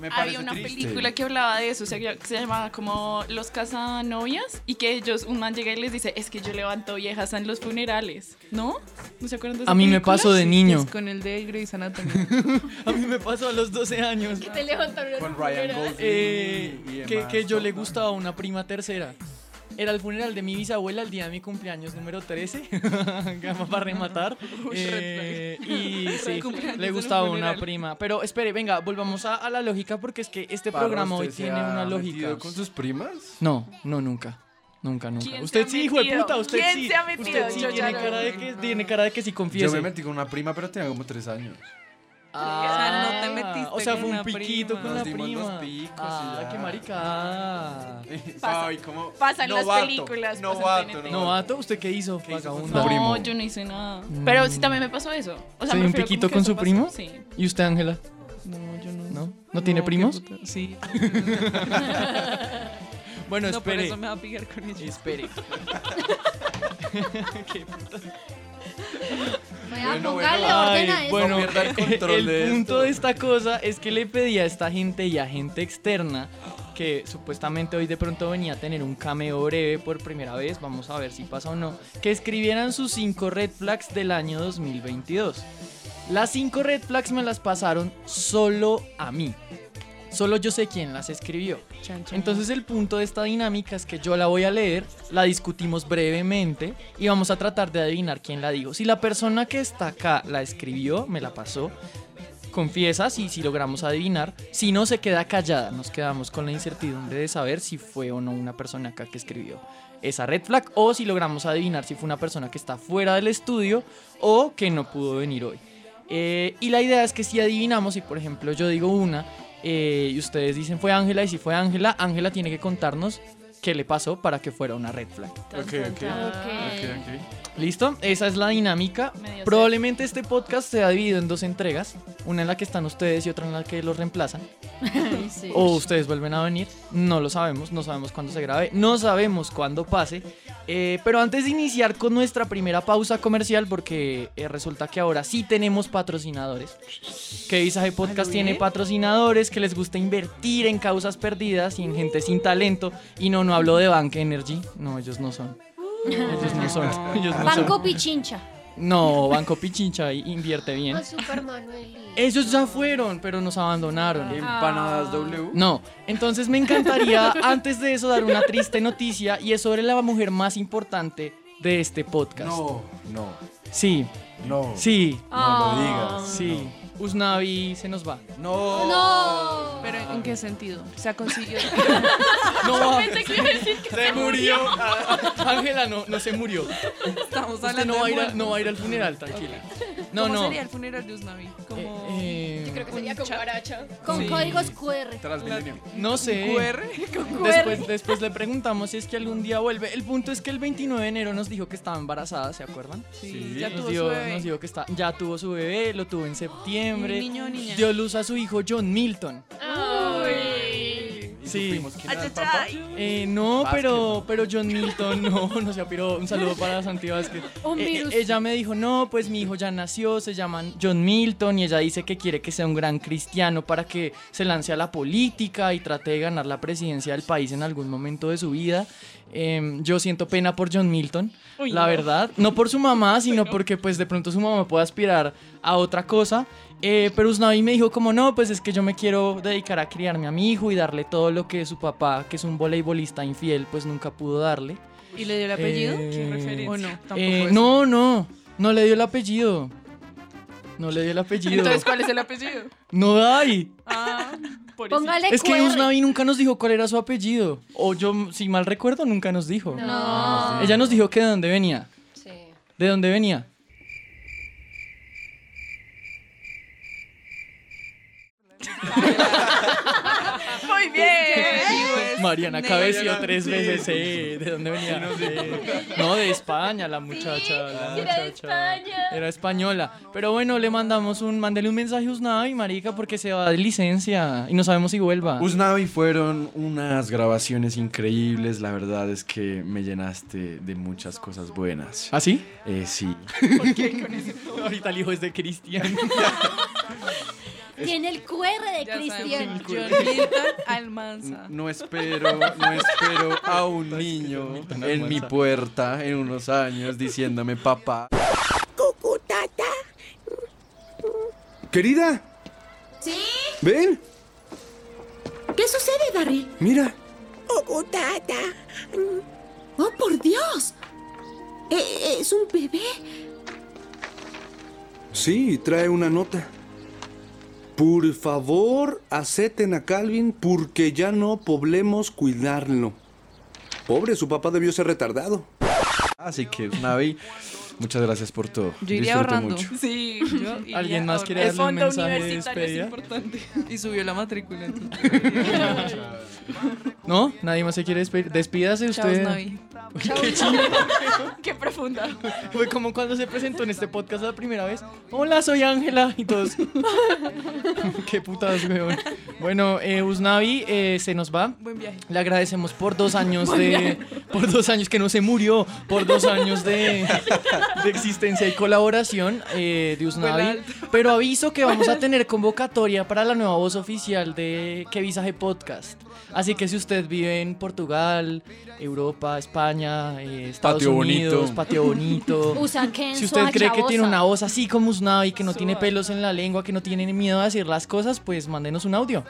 S15: me parece
S14: Había una
S15: triste.
S14: película que hablaba de eso, o sea, que se llamaba como Los Casanovias y que ellos, un man llega y les dice, es que yo levanto viejas en los funerales, ¿no? ¿No se acuerdan de esa
S4: A mí me
S14: película?
S4: pasó de niño.
S10: Con el de Grey's
S4: [LAUGHS]
S10: Anatomy.
S4: A mí me pasó a los 12 años.
S11: Que te levantaron en
S15: Con
S11: un
S15: Ryan
S11: funeral.
S15: Gosling.
S4: Eh,
S15: y- y
S4: que,
S15: Emma
S4: que yo le gustaba una prima tercera. Era el funeral de mi bisabuela el día de mi cumpleaños número [LAUGHS] 13. Gama para rematar.
S15: [LAUGHS]
S4: Eh, y
S10: Red
S4: sí,
S10: cumpleaños en
S4: le
S10: un
S4: gustaba una
S10: funeral.
S4: prima. Pero espere, venga, volvamos a, a la lógica porque es que este
S15: Parra,
S4: programa hoy
S15: ¿usted se
S4: tiene
S15: ha
S4: una
S15: metido
S4: lógica.
S15: con sus primas?
S4: No, no, nunca. Nunca, nunca.
S15: ¿Quién
S4: Usted
S15: se ha
S4: sí, hijo de
S15: metido?
S4: puta, usted
S15: ¿Quién
S4: sí.
S15: se ha metido?
S4: Usted sí
S15: Yo ya
S4: tiene
S15: no.
S4: cara de que tiene cara de que sí confiese.
S15: Yo me metí con una prima, pero tenía como tres años.
S4: Ah,
S10: O sea, no te metiste
S4: O sea,
S10: con
S4: fue un
S10: una
S4: piquito
S10: prima.
S4: con
S10: Nos
S4: la
S10: dimos
S4: prima.
S10: dos picos y
S4: ah,
S10: ya.
S4: qué marica.
S14: Pasa-
S15: Ay, cómo-
S14: pasan las
S15: novato,
S14: películas, pasan
S15: novato,
S14: TNT.
S4: Novato, ¿usted qué hizo? Vagabunda.
S14: No, yo no hice nada. Pero sí también me pasó eso. O
S4: ¿Se
S14: sea,
S4: dio
S14: me
S4: Mm. un
S14: refiero
S4: piquito
S14: como que
S4: con
S14: eso
S4: su
S14: pasó,
S4: primo?
S14: Sí.
S4: ¿Y usted, Ángela?
S14: No, yo no.
S4: ¿No? ¿No tiene
S10: qué
S4: primos?
S10: puta- Sí.
S4: [LAUGHS] Bueno,
S10: No, por
S4: espere.
S10: eso me va a picar con ella.
S4: Espere. Qué puta.
S13: Bueno, póngale orden a
S4: Ay,
S13: eso.
S4: bueno,
S15: pierda el control
S4: el
S15: de esto.
S4: punto de esta cosa es que le pedí a esta gente y a gente externa que supuestamente hoy de pronto venía a tener un cameo breve por primera vez, vamos a ver si pasa o no, que escribieran sus cinco red flags del año 2022. Las cinco red flags me las pasaron solo a mí. Solo yo sé quién las escribió. Entonces el punto de esta dinámica es que yo la voy a leer, la discutimos brevemente y vamos a tratar de adivinar quién la dijo. Si la persona que está acá la escribió, me la pasó, confiesa si, si logramos adivinar. Si no, se queda callada. Nos quedamos con la incertidumbre de saber si fue o no una persona acá que escribió esa red flag o si logramos adivinar si fue una persona que está fuera del estudio o que no pudo venir hoy. Eh, y la idea es que si adivinamos, si por ejemplo yo digo una eh, y ustedes dicen fue Ángela y si fue Ángela, Ángela tiene que contarnos qué le pasó para que fuera una red flag.
S15: Ok, ok. Ok, ok.
S4: ¿Listo? Esa es la dinámica.
S15: Medio
S4: Probablemente este podcast se ha dividido en dos entregas. Una en la que están ustedes y otra en la que los reemplazan. O ustedes vuelven a venir. No lo sabemos. No sabemos cuándo se grabe. No sabemos cuándo pase. Eh, pero antes de iniciar con nuestra primera pausa comercial, porque eh, resulta que ahora sí tenemos patrocinadores. Que Visaje Podcast tiene patrocinadores que les gusta invertir en causas perdidas y en gente sin talento. Y no, no hablo de Bank Energy. No, ellos no son. Ellos no son. ellos no son.
S13: Banco Pichincha.
S4: No, Banco Pichincha i- invierte bien.
S13: O Super Manuel.
S4: Ellos ya fueron, pero nos abandonaron.
S14: Ah,
S15: Empanadas W.
S4: No, entonces me
S10: [LAUGHS]
S4: encantaría antes de eso dar una triste noticia y es sobre la mujer más importante de este podcast.
S15: No, no.
S4: Sí.
S15: No.
S4: Sí.
S10: No lo digas.
S4: Sí. Usnavi se nos
S10: [LAUGHS]
S4: va.
S15: No.
S14: Oh,
S10: No. Pero ¿en qué sentido? O sea,
S4: [LAUGHS]
S10: consiguió.
S4: No.
S10: Ah, Pensé que iba a decir que se murió.
S4: [LAUGHS] Ángela no, no se murió.
S10: Estamos
S4: Usted
S10: hablando
S4: no va, a
S10: de
S4: ir a-
S10: muerte.
S4: no va a ir al funeral, tranquila. No,
S10: ¿Cómo
S4: no.
S10: sería el funeral de Usnavi? Como...
S4: eh,
S10: Yo creo que sería como
S11: cucaracha.
S13: Con
S4: Sí.
S13: códigos QR.
S4: No sé.
S14: [LAUGHS]
S10: QR, con QR.
S4: Después, después le preguntamos si es que algún día vuelve. El punto es que el 29 de enero nos dijo que estaba embarazada, ¿se acuerdan?
S10: Sí. Ya
S4: Nos
S10: tuvo
S4: dio-
S10: su bebé.
S4: Nos dijo que está, ya tuvo su bebé,
S10: [GASPS]
S4: lo tuvo en septiembre.
S10: ¿Niño o niña?
S4: Dio luz a su hijo John Milton.
S10: Uy.
S4: Sí.
S10: quién era el papá?
S4: Eh, no, pero, pero John Milton no, [LAUGHS] no se apiró. Un saludo para Santi Vázquez.
S10: [LAUGHS] Un
S4: Eh, eh,
S10: virus.
S4: ella me dijo, no, pues mi hijo ya nació, se llama John Milton y ella dice que quiere que sea un gran cristiano para que se lance a la política y trate de ganar la presidencia del país en algún momento de su vida. Em, yo siento pena por John Milton,
S10: Uy,
S4: la
S10: no.
S4: verdad. No por su mamá, sino porque pues de pronto su mamá puede aspirar a otra cosa. Eh, pero Usnavi me dijo como no, pues es que yo me quiero dedicar a criarme a mi hijo y darle todo lo que su papá, que es un voleibolista infiel, pues nunca pudo darle.
S10: ¿Y le dio el apellido?
S4: Eh,
S10: ¿Qué referencia? ¿O no? Tampoco
S4: Eh,
S10: es.
S4: no, no, no le dio el apellido. No le dio el apellido.
S10: Entonces, ¿cuál es el apellido?
S4: No hay.
S10: Ah, por
S13: Póngale
S4: Es que
S13: QR.
S4: Usnavi nunca nos dijo cuál era su apellido. O yo, si mal recuerdo, nunca nos dijo.
S13: No.
S4: Ella nos dijo que de dónde venía. ¿De dónde venía?
S10: Muy bien.
S4: Pues, Mariana
S10: Negro.
S4: cabeció tres
S10: Sí.
S4: veces. eh, ¿De dónde venía? Eh, No, de España, la muchacha. la
S13: era de
S4: muchacha. Era española. Pero bueno, le mandamos un. Mándele un mensaje a Usnavi, marica, porque se va de licencia y no sabemos si vuelva.
S15: Usnavi fueron unas grabaciones increíbles, la verdad es que me llenaste de muchas cosas buenas.
S4: ¿Ah, sí?
S15: Eh, sí.
S4: ¿Por qué con eso? [LAUGHS] Ahorita el hijo es de Cristian.
S13: Tiene el QR de Cristian.
S10: John Milton
S4: Mm,
S10: Almanza.
S15: No espero, no espero a un niño en mi puerta en unos años diciéndome papá.
S12: Querida,
S5: ¿Sí?
S12: ven,
S5: ¿Qué sucede, Darryl?
S12: mira.
S5: Oh, tata. Oh, por Dios. Eh, es un bebé.
S9: Sí, trae una nota. Por favor, aceten a Calvin porque ya no podemos cuidarlo. Pobre, su papá debió ser retardado.
S15: Así que Usnavi, muchas gracias por todo.
S10: Yo iría
S15: Disfruté
S10: ahorrando.
S15: mucho.
S10: Sí, yo
S13: [LAUGHS]
S10: iría
S4: ¿Alguien más
S10: ahorrando.
S4: quiere darle
S10: El
S4: un
S10: fondo
S4: mensaje de
S10: universitario es
S4: despedida?
S10: importante. Y subió la matrícula. entonces.
S4: ¿No? ¿Nadie más se quiere despedir? Despídase
S10: Chao,
S4: usted.
S10: [LAUGHS] Usnavi.
S4: [LAUGHS] Qué chingón.
S14: Qué profunda.
S4: Fue como cuando se presentó en este podcast la primera vez. Hola, soy Ángela. Y todos. [LAUGHS] Qué putas, weón. Bueno, eh, Usnavi eh, se nos va.
S10: Buen viaje.
S4: Le agradecemos por dos años
S10: Buen
S4: de.
S10: viaje.
S4: Por dos años que no se murió. Por dos años de, de existencia y colaboración eh, de
S10: Buen
S4: Usnavi.
S10: alto.
S4: Pero aviso que vamos a tener convocatoria para la nueva voz oficial de Que Visaje Podcast. Así que si usted vive en Portugal, Europa, España, eh, Estados
S15: Patio bonito.
S4: Unidos, Patio Bonito.
S13: Usan que en
S4: Si usted cree que
S13: Soacha
S4: tiene
S13: Bosa.
S4: una voz así como Usnavi, que no tiene pelos en la lengua, que no tiene miedo a decir las cosas, pues mándenos un audio.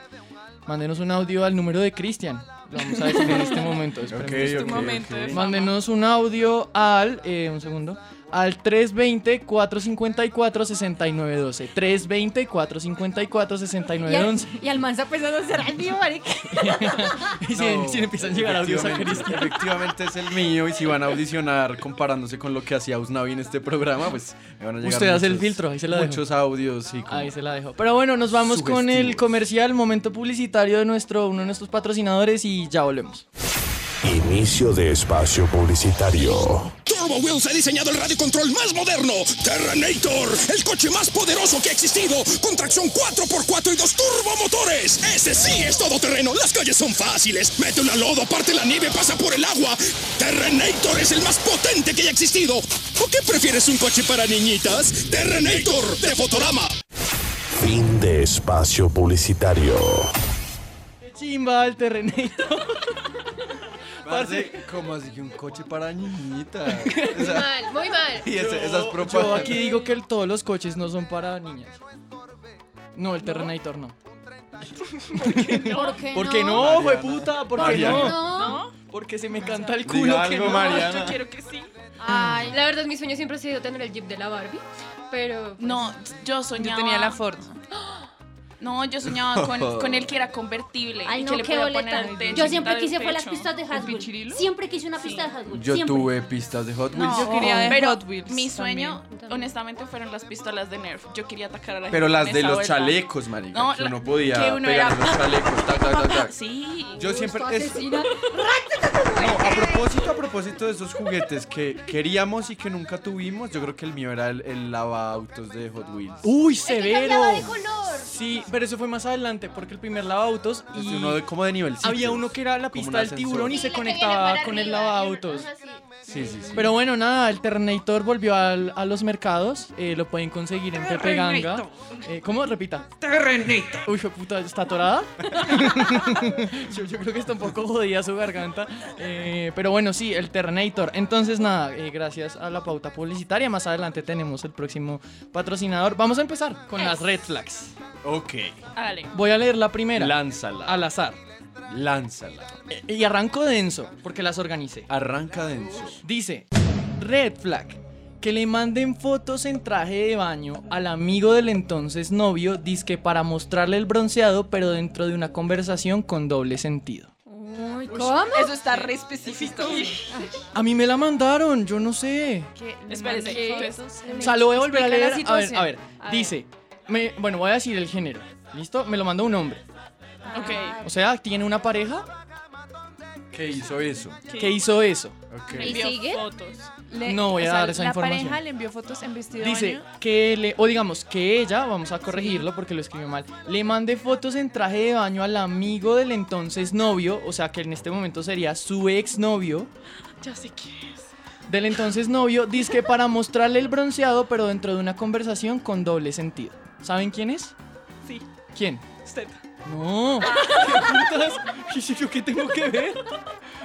S4: Mándenos un audio al número de Cristian. Lo vamos a decir en este momento. espérenme.
S15: Ok, Es tu ok, momento ok. de fama.
S4: Mándenos un audio al. eh, un segundo. Al 320-454-6912.
S16: Y al,
S4: 320-454-6911.
S16: y al man está
S13: pues,
S16: pensando, será el mío,
S14: [LAUGHS]
S16: marica.
S4: [LAUGHS] Y si, si le empiezan a llegar audios a
S15: efectivamente,
S4: Cristian.
S15: Efectivamente es el mío y si van a audicionar comparándose con lo que hacía Usnavi en este programa, pues me van a llegar
S4: Usted hace el
S15: muchos-
S4: filtro, ahí se la dejo.
S15: Muchos audios y
S4: Ahí se la dejo. Pero bueno, nos vamos con el comercial, momento publicitario de nuestro, uno de nuestros patrocinadores y ya volvemos.
S17: Inicio de espacio publicitario.
S18: Turbo Wheels ha diseñado el radiocontrol más moderno. Terrenator, el coche más poderoso que ha existido. Con tracción 4x4 y dos turbomotores. Ese sí es todoterreno. Las calles son fáciles. Mete una lodo, parte la nieve, pasa por el agua. Terrenator es el más potente que haya existido. ¿O qué prefieres un coche para niñitas? Terrenator de Fotorama.
S17: Fin de espacio publicitario.
S4: ¡Qué chimba el terrenito!
S15: [LAUGHS] Parce, ¿cómo así que un coche para niñita?
S4: [LAUGHS]
S11: Muy mal, muy
S15: [LAUGHS]
S11: mal.
S15: Y ese- esas
S4: Yo- Yo
S15: propagandas.
S4: aquí digo que el- todos los coches no son para niñas. No, el Terrenator no.
S16: ¿Por qué
S4: ¿Por qué
S16: no?
S4: no, jueputa? ¿Por qué
S15: Mariana.
S4: no? Porque se me canta el culo
S15: Diga
S4: que
S15: algo,
S4: no.
S15: Mariana.
S11: quiero que sí. la verdad, mi sueño siempre ha sido tener el jeep de la Barbie. Pero.
S14: No, yo soñaba.
S10: tenía la Ford.
S14: No, yo soñaba con, con el que era convertible.
S13: Ay,
S14: y
S13: no,
S14: que le
S13: qué
S14: podía poner
S13: boleta.
S14: al techo,
S13: Yo siempre
S14: quitar el
S13: quise fue las
S14: pecho.
S13: pistas de Hasbro. Siempre quise una pista de Hasbro.
S15: Yo
S13: siempre.
S15: tuve pistas de Hot Wheels.
S14: No,
S13: Yo quería de
S14: pero
S13: Hot Wheels
S14: mi
S13: también.
S14: sueño, honestamente, fueron las pistolas de Nerf. Yo quería atacar a la
S15: Pero
S14: gente
S15: las
S14: con
S15: de
S14: esa
S15: los
S14: vuelta.
S15: chalecos, marica.
S14: No,
S15: que
S14: la-
S15: uno podía
S14: que uno
S15: pegar
S14: era-
S15: los chalecos. Tac, tac, tac, tac.
S14: Sí.
S15: Yo siempre.
S14: Justo
S15: es-
S14: asesina.
S15: No, a propósito, a propósito de esos juguetes que queríamos y que nunca tuvimos, yo creo que el mío era el, el lavautos de Hot Wheels.
S4: Uy, severo.
S13: cambiaba de color.
S4: Sí, pero eso fue más adelante porque el primer lavautos
S15: Es
S4: y
S15: uno de, como de nivel
S4: había uno que era la
S15: como un
S4: pista del
S15: ascensor.
S4: tiburón y se
S13: viene
S4: conectaba
S13: para
S4: con el
S13: arriba,
S4: lavautos.
S15: Sí, sí, sí.
S4: Pero bueno, nada, el Terrenator volvió al- a los mercados. eh, lo pueden conseguir en Pepe Ganga.
S10: Terrenator.
S4: Eh, ¿Cómo? Repita. Terrenator. Uy, hijo de puta, ¿está atorada? [LAUGHS] yo, yo creo que está un poco jodida su garganta. eh, pero bueno, sí, el Terrenator. Entonces, nada, eh, gracias a la pauta publicitaria. Más adelante tenemos el próximo patrocinador. Vamos a empezar con las red flags.
S15: Ok.
S14: Hágale.
S4: Voy a leer la primera.
S15: Lánzala.
S4: Al azar.
S15: Lánzala.
S4: Eh, Y arranco denso, porque las organicé.
S15: Arranca denso.
S4: Dice, red flag, que le manden fotos en traje de baño al amigo del entonces novio, disque para mostrarle el bronceado, pero dentro de una conversación con doble sentido.
S16: Uy,
S14: ¿Cómo? Eso está re específico.
S4: A mí me la mandaron, yo no sé.
S14: Espérese,
S16: ¿Qué?
S14: entonces-
S4: O sea, lo voy a volver a
S14: Explica
S4: leer.
S14: la
S4: A ver,
S14: situación.
S4: a ver, dice, me- bueno, voy a decir el género. ¿Listo? Me lo mandó un hombre.
S14: Ok.
S4: O sea, tiene una pareja
S15: ¿Qué hizo eso?
S4: que hizo eso.
S15: Ok.
S14: Envió
S10: sigue?
S14: fotos.
S10: Le-
S4: No voy a
S10: o sea,
S4: dar esa
S10: la
S4: información.
S10: pareja le envió fotos en vestido de
S4: Dice
S10: baño.
S4: que le, o digamos que ella, vamos a corregirlo porque lo escribió mal, le mande fotos en traje de baño al amigo del entonces novio, o sea que en este momento sería su ex novio,
S14: Ya sé qué es.
S4: del entonces novio, disque para mostrarle el bronceado, pero dentro de una conversación con doble sentido. ¿Saben quién es?
S14: Sí,
S4: ¿Quién?
S14: usted.
S4: No, ¿qué putas? ¿Y yo qué tengo que ver?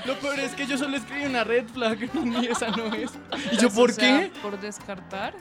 S4: Lo peor es que yo solo escribí una red flag [LAUGHS] y esa no es. ¿Y yo
S10: Pues,
S4: por
S10: o sea,
S4: qué?
S10: Por descartar.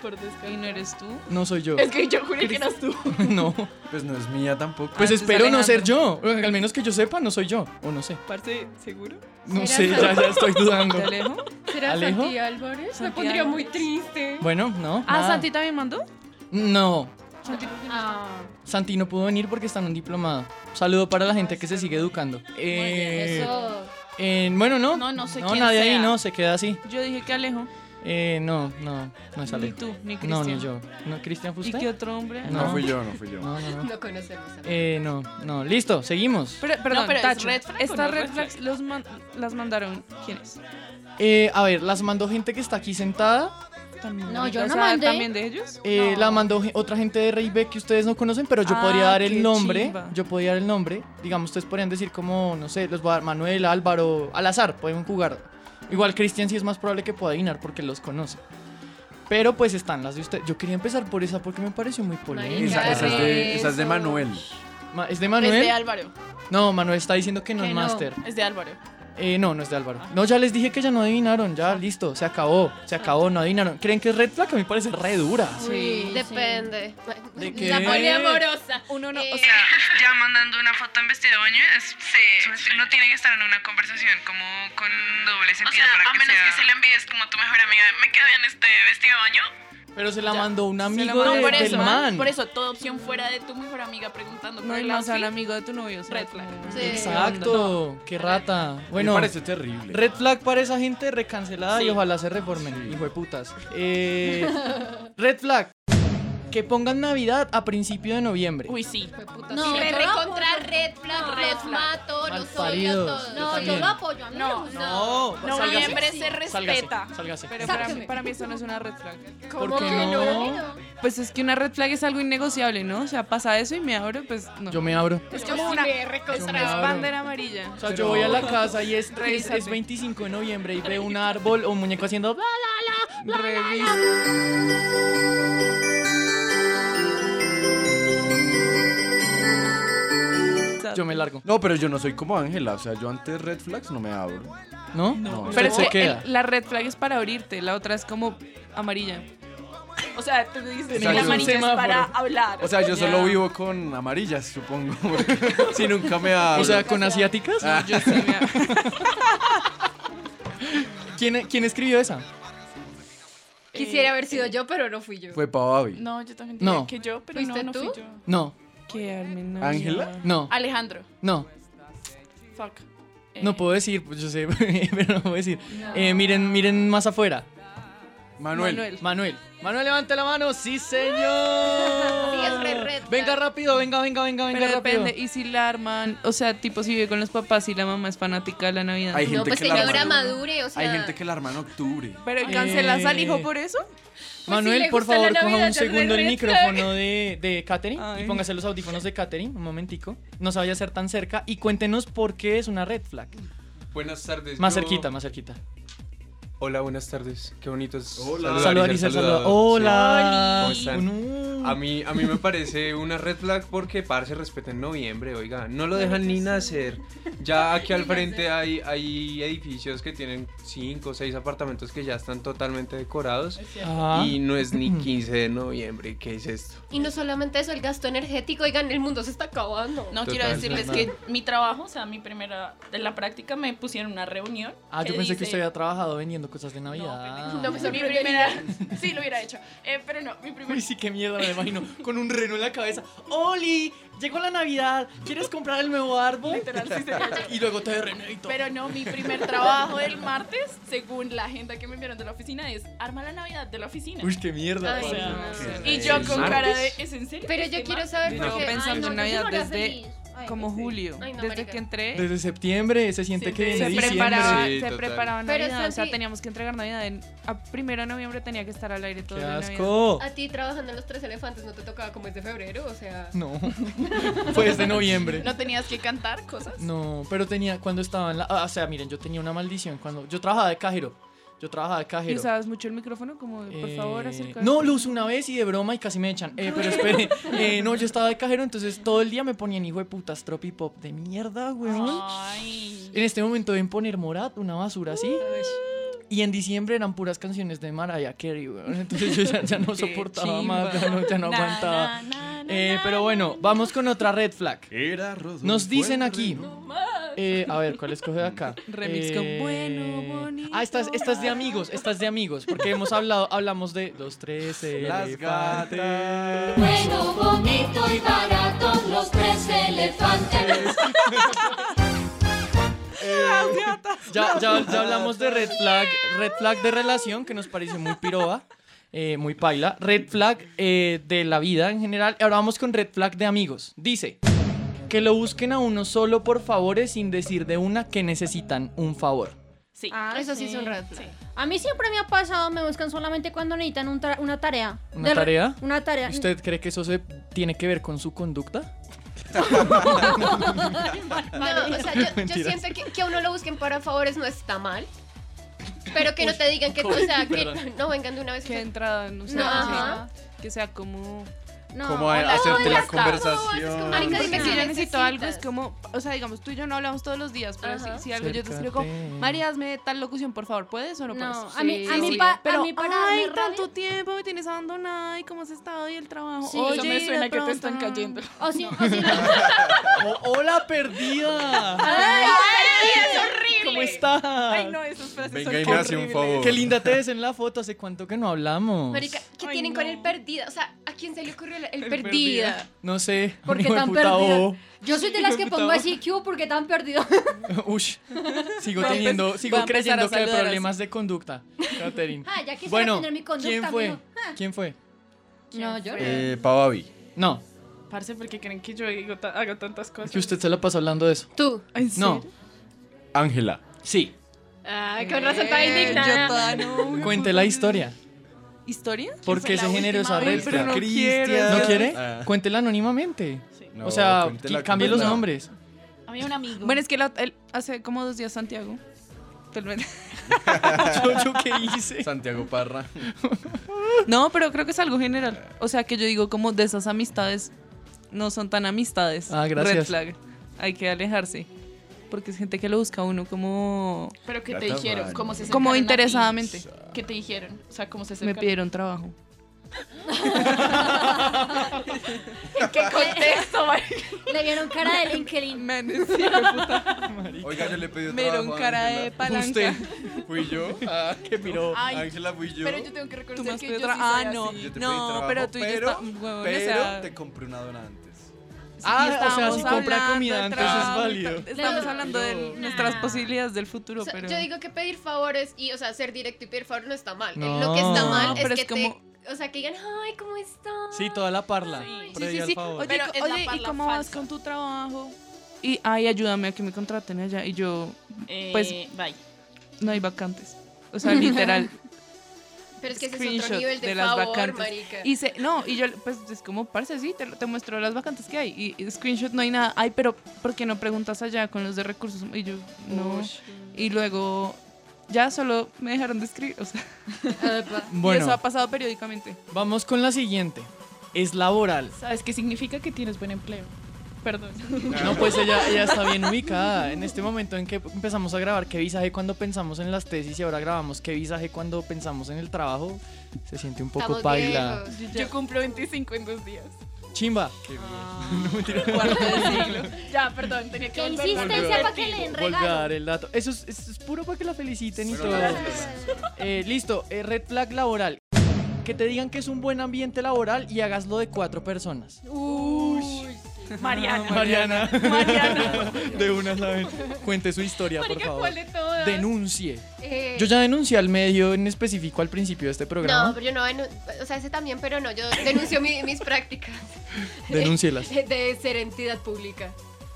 S14: Por descartar.
S10: Y no eres tú.
S4: No soy yo.
S14: Es que yo juré que eras tú.
S4: [LAUGHS] No.
S15: Pues no es mía tampoco.
S4: Pues espero no ser yo. O Al menos que yo sepa, no soy yo. O no sé.
S14: Parce, ¿seguro?
S4: No sé, ya, ya
S10: [LAUGHS]
S4: estoy dudando.
S10: ¿De
S4: [LAUGHS]
S10: Alejo?
S11: ¿Será
S4: ¿Alejo?
S11: Santi Álvarez? Me
S10: Santi
S11: pondría
S10: Álvarez.
S11: muy triste.
S4: Bueno, no.
S10: Ah,
S4: nada.
S10: Santi también mandó.
S4: No.
S10: Santi.
S11: Ah.
S4: Santi no pudo venir porque está en un diplomado. Saludo para la gente que se sigue educando. Eh,
S10: eso.
S4: en- bueno, no.
S10: No, no sé
S4: No,
S10: quién
S4: nadie ahí
S10: sea.
S4: no, se queda así.
S10: Yo dije que Alejo.
S4: Eh, no, no, no sale.
S10: Ni tú, ni
S4: No, ni
S10: Cristian.
S4: yo. ¿No, ¿Cristian fue
S10: ¿Y
S4: usted?
S10: qué otro hombre?
S4: No. No fui yo, no fui yo. No, no, no.
S11: No conocemos a
S4: Eh, no, no. Listo, seguimos.
S10: Pero, perdón,
S11: pero ¿es
S10: Tacho,
S11: red flag o
S10: estas
S11: no
S10: red
S11: red
S10: flags los man- las mandaron ¿quiénes?
S4: Eh, a ver, las mandó gente que está aquí sentada.
S13: No, yo
S10: O
S13: no
S10: sea,
S13: mandé.
S10: ¿También de ellos?
S4: Eh, La mandó ge- otra gente de Rey B que ustedes no conocen, pero yo
S10: Ah,
S4: podría dar
S10: qué
S4: el nombre.
S10: chimba.
S4: Yo podría dar el nombre. Digamos, ustedes podrían decir como, no sé, los voy a dar Manuel, Álvaro, al azar, pueden jugar. Igual Cristian sí es más probable que pueda adivinar porque los conoce. Pero pues están las de ustedes. Yo quería empezar por esa porque me pareció muy polémica.
S15: Esa, esa es de, esa es de Manuel.
S4: Ma- ¿Es de Manuel?
S14: Es de Álvaro.
S4: No, Manuel está diciendo que no
S14: Que
S4: es
S14: no,
S4: Master.
S14: Es de Álvaro.
S4: Eh, no, no es de Álvaro. No, ya les dije que ya no adivinaron, ya, listo, se acabó, se acabó, no adivinaron. ¿Creen que es red flag? A mí me parece re dura.
S11: Sí, depende.
S4: ¿De qué?
S11: La poliamorosa.
S10: Uno no,
S11: Eh,
S10: o sea, ya mandando una foto en vestido de baño, es, no tiene que estar en una conversación como con doble sentido para que sea. a menos que se le envíes como tu mejor amiga, me quedé en este vestido de baño.
S4: Pero se la mandó un
S14: Se la
S4: amigo
S14: mandó
S4: de-
S14: por
S4: del
S14: eso, ¿ah?
S4: man.
S14: Por eso, toda opción fuera de tu mejor amiga preguntando
S10: No,
S14: por
S10: y
S14: el
S10: más al
S14: outfit.
S10: amigo de tu novio. o sea,
S14: Red flag.
S10: como-
S14: Sí.
S4: Exacto, qué rata. Bueno,
S15: Me parece terrible.
S4: Red flag para esa gente recancelada
S15: Sí.
S4: y ojalá se reformen, hijo de putas. Eh, red flag. Que pongan Navidad a principio de noviembre.
S14: Uy, sí.
S13: No,
S11: No,
S13: yo
S11: re
S13: lo apoyo.
S11: contra red flag,
S13: Red
S11: los
S13: flag.
S11: mato, los odio a
S4: Malparidos,
S11: todos.
S4: yo
S13: No, yo
S4: también.
S13: lo apoyo. A mí no, me gusta.
S4: No,
S14: No,
S4: sálgase.
S14: noviembre se respeta.
S4: Sálgase, sálgase.
S10: Pero para
S13: Sáqueme.
S10: mí, para mí eso no es una red flag.
S4: ¿Por ¿Cómo qué que no? no?
S10: Pues es que una red flag es algo innegociable, ¿no? O sea, pasa eso y me abro, pues no.
S4: Yo me abro.
S10: Es
S11: Yo
S10: como
S11: sí
S10: una
S11: me
S10: es,
S11: recontra-
S10: es bandera amarilla.
S4: O sea, yo voy a la casa y es, es- es,
S10: Revísate.
S4: 25 de noviembre y veo un árbol o un muñeco haciendo bla, bla, bla, bla, bla, bla. Yo me largo.
S15: No, pero yo no soy como Ángela. O sea, yo antes red flags no me abro.
S4: ¿No?
S15: No.
S10: Pero
S15: yo-
S10: es que el- la red flag es para abrirte, la otra es como amarilla.
S14: O sea, tú dices
S15: Tenemos
S14: que
S15: un
S14: amarillo es
S15: semáforo.
S14: para hablar.
S15: O sea, yo
S14: Ya.
S15: solo vivo con amarillas, supongo. porque [LAUGHS] Si nunca me abro.
S4: O sea, con asiáticas.
S15: Ah.
S10: Yo sí me abro.
S4: ¿Quién, quién escribió esa?
S11: Quisiera [LAUGHS] haber sido yo, pero no fui yo.
S15: Fue Pavavi.
S14: No, yo también
S4: No.
S14: diría que yo, pero no,
S11: ¿Fuiste
S14: no fui
S11: tú?
S14: yo.
S4: No,
S10: Quedarme no.
S15: ¿Ángela?
S4: no,
S14: Alejandro.
S4: no.
S14: Fuck. Ah. Eh,
S4: No puedo decir, pues yo sé, [LAUGHS] pero no puedo decir. Eh, miren, miren más afuera.
S15: Manuel.
S4: Manuel. Manuel, levante la mano. Sí, señor.
S11: Sí, es re red flag.
S4: Venga rápido, venga, venga, venga, venga
S10: Pero
S4: rápido.
S10: depende, y si la arman, o sea, tipo si vive con los papás y la mamá es fanática de la Navidad.
S15: Hay
S11: No,
S15: gente
S11: pues
S15: que
S11: que
S15: la
S11: yo era
S15: arma.
S11: madure, o sea.
S15: Hay gente que la arma en octubre.
S10: Pero cancelas al hijo por eso?
S4: Manuel,
S11: Pues le
S4: por
S11: gusta la
S4: favor,
S11: Navidad,
S4: coja un
S11: ya es re
S4: segundo el
S11: red
S4: micrófono de, de Katherine
S10: Ay.
S4: y póngase los audífonos de Katherine, un momentico. No se vaya a ser tan cerca y cuéntenos por qué es una red flag.
S19: Buenas tardes.
S4: Más
S19: yo-
S4: cerquita, más cerquita.
S19: Hola, buenas tardes. Qué bonito es
S4: Hola.
S19: saludar
S4: Saludar y
S19: ser
S4: ser saludado.
S19: saludado.
S4: Hola.
S19: ¿Cómo están? Ah, A mí, a mí me parece una red flag porque parce respeta en noviembre, oiga. No lo dejan ni nacer. Ya aquí al frente hay, hay edificios que tienen cinco o seis apartamentos que ya están totalmente decorados.
S4: Ajá.
S19: Y no es ni 15 de noviembre. ¿Qué es esto?
S11: Y no solamente eso, el gasto energético, oigan, el mundo se está acabando.
S14: No quiero
S19: Total,
S14: decirles
S19: normal.
S14: que mi trabajo, o sea, mi primera, de la práctica me pusieron una reunión.
S4: Ah, yo pensé que
S14: dice-
S4: usted había trabajado vendiendo cosas de Navidad.
S11: No, pues,
S14: mi
S11: sorprendería.
S14: primera, [LAUGHS] sí lo hubiera hecho, Eh, pero no, mi primera.
S4: Uy, sí, qué mierda, me imagino. Con un reno en la cabeza. ¡Oli! Llegó la Navidad. ¿Quieres comprar el nuevo árbol? [LAUGHS] y luego te de y todo.
S14: Pero no, mi primer trabajo del martes, según la agenda que me enviaron de la oficina, es arma la Navidad de la oficina.
S4: Uy, qué mierda.
S11: Ay,
S4: parce.
S11: no.
S14: Y yo con
S4: ¿El
S14: cara de,
S4: martes?
S14: ¿es en serio?
S11: Pero
S14: ¿Este
S11: yo quiero
S14: martes?
S11: saber por
S10: Yo
S11: qué. Ay,
S10: pensando
S11: no,
S10: en
S11: yo
S10: Navidad
S11: sí me haría
S10: desde
S11: feliz. Ay, pues
S10: como julio,
S11: Ay, no,
S10: desde
S11: marica.
S10: que entré.
S4: Desde septiembre se siente que viene
S10: se
S4: diciembre.
S10: preparaba,
S19: Sí,
S10: se
S19: total.
S10: preparaba
S11: Pero
S10: Navidad, o sea,
S11: Santi-
S10: teníamos que entregar Navidad. En, a primero de noviembre tenía que estar al aire todo
S4: ¡Qué
S10: el
S4: asco!
S11: A ti trabajando en los tres elefantes no te tocaba como es de febrero, o sea.
S4: No. [LAUGHS] Fue desde noviembre.
S14: ¿No tenías que cantar cosas?
S4: No, pero tenía, cuando estaba en la. ah, O sea, miren, yo tenía una maldición. cuando Yo trabajaba de cajero. Yo trabajaba de
S10: ¿Y
S4: cajero.
S10: usabas mucho el micrófono? Como, de, por favor,
S4: Eh,
S10: acerca.
S4: No, lo usé una vez y de broma y casi me echan. Eh,
S10: [LAUGHS]
S4: pero espere, eh, no, yo estaba de cajero, entonces todo el día me ponían hijo de putas tropipop de mierda,
S10: Ah.
S4: weón.
S14: Ay.
S4: En este momento deben poner Morat, una basura así. Y en diciembre eran puras canciones de Mariah Carey, weón. Entonces yo ya, ya no
S10: [LAUGHS] Qué
S4: soportaba
S10: chimba.
S4: más, ya no, ya no
S14: Na,
S4: aguantaba.
S14: na, na, na,
S4: Eh,
S14: na,
S4: pero bueno, vamos con otra red flag.
S15: Era Rodolfo
S4: Nos dicen
S15: el
S4: aquí.
S15: Reno.
S4: eh, a ver, ¿cuál escoge
S10: [LAUGHS]
S4: de acá? Eh,
S10: Remix con bueno, bonito.
S4: Ah, estas, estas de amigos, estas de amigos, porque hemos hablado, hablamos de los tres
S15: Las
S4: elefantes.
S15: gatas.
S20: Bueno, bonito y barato, los tres elefantes.
S10: Las gatas.
S4: ya, ya, ya hablamos de red flag, red flag de relación, que nos pareció muy piroba, eh, muy paila. Red flag eh, de la vida en general. Ahora vamos con red flag de amigos. Dice, que lo busquen a uno solo por favores sin decir de una que necesitan un favor.
S13: Ah, Sí,
S14: Ah,
S11: Ah, eso sí es un red
S13: flag. A mí siempre me ha pasado, me buscan solamente cuando necesitan un tra- una tarea.
S4: ¿Una
S13: Del-
S4: tarea?
S13: Una tarea. [LAUGHS]
S4: ¿Usted cree que eso se tiene que ver con su conducta?
S11: No, o sea, yo, yo
S4: Mentiras.
S11: siento que, que a uno lo busquen para favores no está mal. Pero que no te digan que, o
S14: Uy,
S11: sea, que
S14: perdón.
S11: no vengan de una vez.
S14: Que entrada, no sé,
S11: No,
S14: o
S11: ajá.
S14: sea, que sea como...
S11: No,
S15: Como a- hola, hacerte ¿cómo la estás? conversación.
S14: Es como,
S11: Marica,
S14: "Ay,
S11: dime
S14: no,
S11: qué
S14: yo necesito
S11: necesitas".
S14: algo, es como, o sea, digamos, tú y yo no hablamos todos los días, pero si,
S11: Ajá.
S14: si algo yo te escribo como,
S11: Acércate.
S14: María, hazme tal locución, por favor, ¿puedes o no,
S13: No,
S14: puedes?
S13: a mí- a mí pa- a
S14: pero,
S13: mí para
S14: ay,
S13: darme
S14: tanto tiempo, me tienes abandonada, y cómo has estado, y el trabajo.
S13: Sí.
S14: Oye,
S13: Eso me
S14: y de
S13: suena que te
S14: pronto-
S13: están cayendo.
S4: [LAUGHS] O- Oh, ¡Hola, perdida!
S14: Ay,
S13: ay,
S14: es horrible.
S4: ¿Cómo estás?
S14: Ay, no, esas frases
S15: Venga
S14: son
S15: y me hace un
S14: horribles.
S15: favor.
S4: Qué linda te ves en la foto, hace cuánto que no hablamos.
S11: Marica, ¿qué
S14: Ay,
S11: tienen
S14: no.
S11: con el perdida? O sea, ¿a quién se le ocurrió el, el
S14: El
S11: perdida?
S14: perdida.
S4: No sé, un
S13: Porque
S4: hijo de
S13: tan
S4: puta oh.
S13: perdida.
S4: bobo.
S13: Yo soy de las que
S4: Hijo de puta
S13: pongo
S4: bobo.
S13: así, ¿qué hubo? porque tan perdido?
S4: Ush, sigo
S13: Voy a empe-
S4: teniendo,
S13: voy a
S4: sigo
S13: empezar
S4: creyendo
S13: a
S4: que hay
S13: saludar
S4: problemas de conducta, Catherine.
S13: Ah, [LAUGHS] ya quisiera
S4: bueno,
S13: tener mi conducta,
S4: ¿quién fue?
S13: amigo. Ah.
S4: ¿Quién fue?
S13: No, yo.
S15: Eh, Pavavi.
S4: No,
S14: Parce, porque creen que yo digo ta- hago tantas cosas.
S4: que usted se la pasó hablando de eso.
S11: ¿Tú?
S4: No.
S15: Ángela.
S4: Sí,
S11: Ay, con razón estaba indignada.
S14: Eh, Yo toda no.
S4: cuente la historia.
S14: ¿Historia?
S4: ¿Por qué se generó esa red
S14: vez? Pero
S4: flag?
S14: no quiero.
S4: ¿No quiere?
S15: Ah.
S4: Cuéntela anónimamente.
S15: No,
S4: o sea,
S15: cuéntela,
S4: qui- cambie los
S15: cuéntela. [LAUGHS]
S4: nombres.
S14: Había un amigo. Bueno, es que la- él- hace como dos días Santiago. Tal vez.
S4: ¿Yo, yo qué hice?
S15: Santiago Parra.
S14: No, pero creo que es algo general. O sea, que yo digo como de esas amistades no son tan amistades.
S4: Ah, gracias.
S14: Red flag. Hay que alejarse. Porque es gente que lo busca a uno como...
S10: Pero que te
S15: Gata
S10: dijeron,
S15: mal.
S10: ¿cómo se acercaron
S14: Como
S10: a ti?
S14: interesadamente.
S10: ¿Qué te dijeron? O sea, ¿cómo se
S14: Me
S10: acercaron?
S14: pidieron trabajo.
S10: [LAUGHS] ¿Qué contexto,
S13: Le vieron cara de LinkedIn.
S15: Oiga, yo le pedí
S14: Me dieron
S15: trabajo a
S14: cara de
S15: Ángela.
S14: palanca.
S15: [LAUGHS] Fui yo. Ah, qué miró.
S10: Ay,
S15: Ángela fui yo.
S10: pero yo tengo que
S14: Tú me
S10: reconocer
S14: has
S10: que yo
S14: pedido
S10: sí
S14: trabajo.
S10: soy
S14: Ah, no.
S10: así.
S15: Yo te pedí
S14: No,
S15: trabajo,
S14: pero tú y yo
S15: pero,
S14: está- huevón, o
S15: pero
S14: sea-
S15: te compré una dona antes.
S4: Ah,
S14: Sí,
S4: o sea, si
S14: estábamos
S4: compra
S14: hablando
S4: comida
S14: de
S4: antes es
S14: trabajo y
S4: válido.
S14: tal. Estamos
S11: No.
S14: hablando de nuestras posibilidades del futuro,
S11: O sea,
S14: pero...
S11: Yo digo que pedir favores y, o sea, ser directo y pedir favores no está mal.
S4: No.
S11: Lo que está mal
S14: No,
S11: es
S14: pero
S11: que
S14: es como-
S11: te, o sea, que digan, ay, ¿cómo estás?
S4: Sí, toda la parla.
S14: Sí,
S4: previo
S14: sí,
S4: al
S14: sí.
S4: favor.
S14: Oye,
S11: Pero es la
S14: oye, ¿y
S11: parla
S14: cómo vas con tu trabajo? Y, ay, ayúdame a que me contraten allá. Y yo,
S10: Eh,
S14: pues,
S10: bye.
S14: no hay vacantes. O sea,
S11: [LAUGHS]
S14: literal.
S11: Pero es que ese es otro
S14: screenshot
S11: nivel de,
S14: de las
S11: favor,
S14: vacantes.
S11: marica.
S14: Y se, no, y yo, pues, es como, parce, sí, te, te muestro las vacantes que hay. Y, y screenshot no hay nada. Ay, pero, ¿por qué no preguntas allá con los de recursos? Y yo, no.
S10: Ush.
S14: Y luego, ya solo me dejaron de escribir.
S11: [LAUGHS]
S14: O sea, y
S4: Bueno.
S14: eso ha pasado periódicamente.
S4: Vamos con la siguiente. Es laboral.
S10: ¿Sabes qué significa que tienes buen empleo? Perdón.
S4: No, pues ella, ella está bien ubicada. En este momento en que empezamos a grabar qué visaje cuando pensamos en las tesis y ahora grabamos qué visaje cuando pensamos en el trabajo, se siente un poco
S11: Estamos
S4: paila.
S11: viejos.
S10: Yo cumplo 25 en dos días.
S4: Chimba. No, mentira.
S10: Cuarto de siglo. Ya, perdón, tenía que
S13: ¿Qué
S10: volver.
S13: hiciste?
S4: Volver.
S13: Sepa que le den
S4: Volver a
S13: regalo.
S4: dar el dato. Eso es, eso es puro para que la feliciten y
S15: Pero
S4: todo.
S15: gracias.
S4: Eh, listo, eh, red flag laboral. Que te digan que es un buen ambiente laboral y hagaslo de cuatro personas.
S10: Uy. Mariana.
S4: Mariana. [LAUGHS]
S10: Mariana.
S4: De una saben. Cuente su historia, por
S10: Marica,
S4: favor.
S10: ¿cuál de todas?
S4: Denuncie.
S11: Eh,
S4: Yo ya denuncié al medio en específico al principio de este
S11: No,
S4: programa.
S11: pero yo no, denun- o sea, ese también, pero no, yo denuncio mi-
S4: [LAUGHS]
S11: mis prácticas.
S4: Denúncielas.
S11: De, [LAUGHS] de ser entidad pública.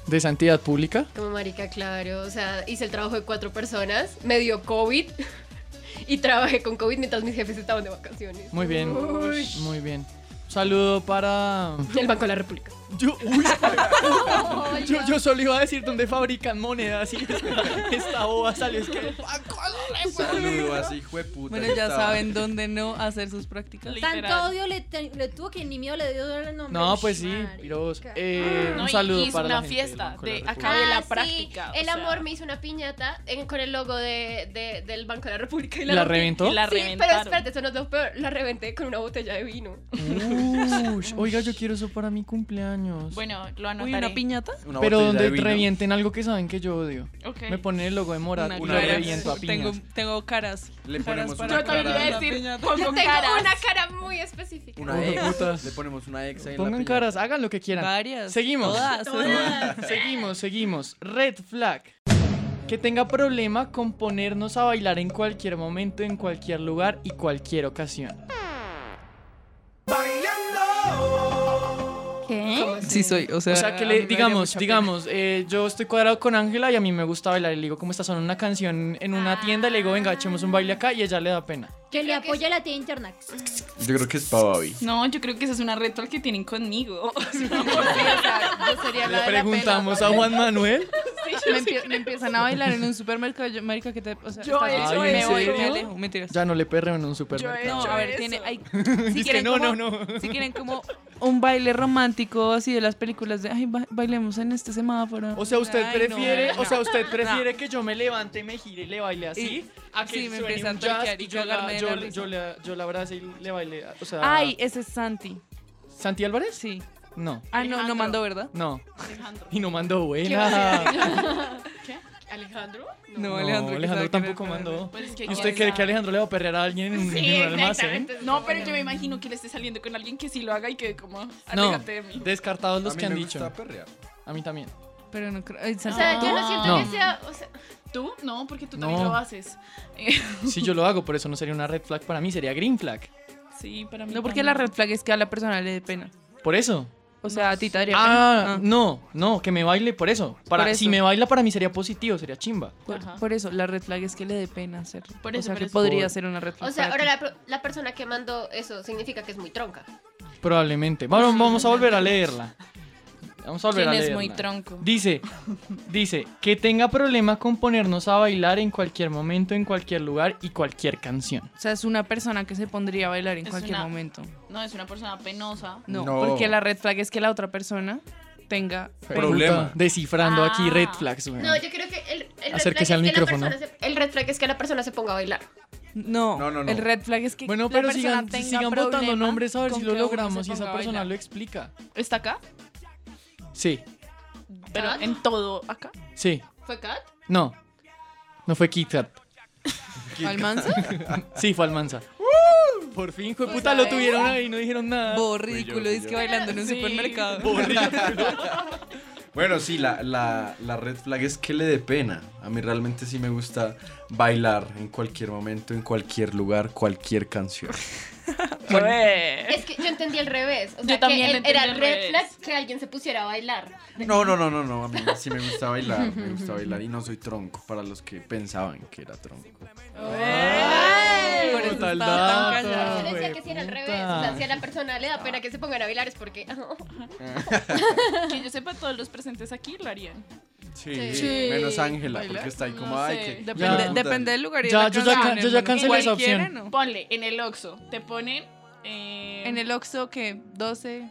S4: De santidad pública.
S11: Como marica, claro, o sea, hice el trabajo de cuatro personas, me dio COVID [LAUGHS] y trabajé con COVID mientras mis jefes estaban de vacaciones.
S4: Muy bien.
S11: Uy.
S4: Muy bien. Un Saludo para.
S11: El Banco de la República.
S4: Yo,
S10: [LAUGHS]
S4: uy, yo, yo solo iba a decir dónde fabrican monedas y [LAUGHS] esta boba salió. Es que.
S15: Saludo así, jueputa.
S14: Bueno, ya saben dónde no hacer sus prácticas.
S13: Tanto odio le, te- le tuvo que ni miedo le dio el nombre.
S4: No, pues sí, piros. Eh,
S10: No,
S4: un
S10: y
S4: saludo
S10: hizo
S4: para la
S10: una
S4: gente
S10: fiesta
S4: del Banco
S10: de
S4: la
S10: acá de
S4: República.
S10: la
S11: Ah, sí,
S10: práctica.
S11: el amor me hizo una piñata en- con el logo de, de- del Banco de la República. Y
S4: ¿La
S11: rompí.
S4: reventó?
S10: La
S11: sí, pero
S10: reventaron.
S11: espérate, eso no es lo peor. La reventé con una botella de vino.
S4: Ush, oiga, yo quiero eso para mi cumpleaños.
S10: Bueno, lo
S14: Uy,
S10: anotaré.
S14: una piñata.
S15: Una
S4: pero
S15: botella de
S4: donde
S15: vino.
S4: revienten algo que saben que yo odio.
S10: Ok.
S4: Me ponen el logo de Morat y
S14: Una
S4: lo
S14: cara.
S4: reviento a
S14: tengo,
S4: piñas.
S14: tengo caras.
S15: Le
S14: caras
S15: ponemos
S10: Yo
S14: para-
S15: una
S10: también
S15: cara.
S10: voy a decir, pongo
S11: Tengo
S10: caras.
S11: una cara muy específica.
S15: Una
S4: Hijo de
S15: ex.
S4: putas.
S15: Le ponemos una ex ahí en la
S4: Pongan
S15: piñata.
S4: caras, hagan lo que quieran. [LAUGHS]
S14: Varias.
S4: Seguimos.
S14: Todas.
S4: Seguimos, seguimos. Red flag. que tenga problema con ponernos a bailar en cualquier momento, en cualquier lugar y cualquier ocasión.
S13: ¿Qué?
S4: Sí soy, o sea, que
S14: a mí me
S4: le,
S14: daría
S4: digamos,
S14: mucha
S4: digamos, eh, yo estoy cuadrado con Ángela y a mí me gusta bailar y le digo, ¿cómo está sonando una canción en
S16: Ah.
S4: una tienda? Le digo, venga, echemos un baile acá y ella le da pena.
S13: Que le apoya la tía interna.
S15: Yo creo que es para Babi.
S14: No, yo creo que esa es una red flag que tienen
S10: [LAUGHS]
S14: conmigo.
S16: Yo
S11: [LAUGHS]
S4: Le
S16: sería la de la
S4: preguntamos
S16: pela.
S4: a Juan Manuel.
S16: Me, empie- me empiezan a bailar en un supermercado. Yo, marica, ¿qué te.? O sea,
S14: Yo he
S16: estás-
S14: hecho
S16: me
S14: eso.
S16: voy,
S14: ¿En
S16: me
S14: serio?
S16: alejo.
S4: Ya no le perreo en un
S16: Yo
S4: supermercado.
S16: he hecho
S14: No, a ver,
S16: eso.
S14: tiene- hay-
S16: si
S4: Dice,
S16: quieren
S4: no,
S16: como,
S4: no, no.
S16: Si quieren como un baile romántico así de las películas de, ay, ba- bailemos en este semáforo.
S4: O sea, usted
S16: Ay, no,
S4: prefiere,
S16: no,
S4: o sea, usted
S16: no.
S4: prefiere que yo me levante, me gire y le baile así,
S16: Y-
S4: a que
S16: sí,
S4: suene
S16: me empieza a
S4: un jazz
S16: toquear y
S4: yo la,
S16: cagarme de
S4: yo,
S16: la risa.
S4: yo la- yo la abrace y le baile, o sea,
S16: Ay, ese es Santi.
S4: ¿Santi Álvarez?
S16: Sí.
S4: No.
S16: Ah, no, no mandó, ¿verdad?
S4: No. Y no mandó
S16: ¿Qué va [LAUGHS]
S4: buena.
S16: a decir?
S14: ¿Alejandro?
S4: No,
S16: No, Alejandro, que
S4: Alejandro
S16: sabe
S4: tampoco
S16: querer
S4: mandó.
S14: Pues es que
S4: ¿Y
S14: quién
S4: usted cree
S14: sabe?
S4: que Alejandro le va a perrear a alguien en, un- eh?
S14: Sí,
S4: en un almacén?
S14: exactamente. No, pero yo me imagino que le esté saliendo con alguien que sí lo haga y que como,
S4: No,
S14: aléjate de mí.
S4: descartados los
S15: A mí
S4: que han
S15: me
S4: dicho.
S15: gusta perrear.
S4: A mí también.
S16: Pero no creo. ay,
S14: O
S16: Santi.
S14: sea, yo no siento
S4: No.
S14: que sea, o sea, tú no, porque tú también
S4: No.
S14: lo haces.
S4: Sí, yo lo hago, por eso no sería una red flag para mí, sería green flag.
S14: Sí, para mí.
S16: No, porque la red flag es que a la persona le dé pena.
S4: Por eso.
S16: O sea, a ti te daría pena.
S4: Ah, no, no, que me baile por eso. Para,
S16: Por
S4: Si
S16: eso.
S4: me baila para mí sería positivo, sería chimba.
S16: Por, por eso, la red flag es que le dé pena hacerlo.
S13: Por
S16: o
S13: eso,
S16: sea,
S13: por
S16: que
S13: eso.
S16: podría
S4: Por-
S16: ser una red flag.
S13: O sea,
S16: para
S13: ahora
S16: ti.
S13: la, pro- la persona que mandó eso significa que es muy tronca.
S4: Probablemente. Vamos, vamos a volver a leerla. Vamos a volver
S14: Quien
S4: a
S14: es
S4: leerla.
S14: muy tronco.
S4: Dice, dice, que tenga problema con ponernos a bailar en cualquier momento, en cualquier lugar y cualquier canción.
S16: O sea, es una persona que se pondría a bailar en
S14: Es
S16: cualquier
S14: una-
S16: momento.
S14: No, es una persona penosa.
S16: No,
S4: No.
S16: porque la red flag es que la otra persona tenga
S4: Puta, Descifrando
S16: Ah.
S4: aquí red flags, weón.
S13: No, yo creo que el, el red flag
S4: Acérquese
S13: es
S4: al
S13: que la
S4: micrófono.
S13: persona se- el red flag es que la persona se ponga a bailar.
S16: No,
S4: No, no, no.
S16: el red flag es que
S4: Bueno,
S16: la
S4: pero
S16: persona
S4: sigan,
S16: tenga
S4: sigan
S16: problema
S4: votando nombres a ver
S16: con
S4: si lo
S16: que uno se
S4: logramos y esa
S16: ponga a
S4: persona
S16: bailar.
S4: lo explica.
S14: ¿Está acá?
S4: Sí,
S14: Pero
S16: ¿Ah?
S14: en todo acá.
S4: sí.
S14: ¿Fue Kat?
S4: No. No fue Kit Kat.
S15: [LAUGHS]
S16: ¿Almanza?
S4: Sí, fue Almanza. Por fin, hijo de
S16: Pues
S4: puta, lo tuvieron ahí, no dijeron nada.
S16: Borrículo, dice que bailando en un supermercado.
S15: Bueno, sí, la, la, la red flag es que le dé pena. A mí realmente sí me gusta bailar en cualquier momento, en cualquier lugar, cualquier canción.
S13: Es que yo entendí al revés. O sea,
S14: Yo también
S13: que
S14: lo
S13: el-
S14: entendí
S13: era
S14: al
S13: red
S14: revés.
S13: flag que alguien se pusiera a bailar.
S15: No, no, no, no, no. A mí sí me gusta bailar, me gusta bailar y no soy tronco para los que pensaban que era tronco.
S13: Por
S4: eso estaba
S13: estaba
S4: tan
S14: Ah,
S4: callada,
S13: Yo decía que
S4: güey,
S13: si era al
S4: puta.
S13: revés. O sea, si a la persona le da pena que se pongan a bailar es porque. ah,
S14: Que yo sepa, todos los presentes aquí lo harían.
S15: Sí,
S14: Sí.
S15: menos Ángela,
S14: Bailar.
S15: porque está ahí como,
S14: No
S15: ay,
S14: sé.
S15: que...
S16: Depende-
S15: puta.
S16: depende del lugar y
S4: Ya,
S16: de la
S4: yo ya
S16: canción,
S4: can- yo ya
S16: hermano.
S4: cancelé esa
S16: Cualquiera,
S4: opción.
S16: ¿no?
S14: Ponle, en el Oxxo, te ponen... eh,
S16: En el Oxxo que 12,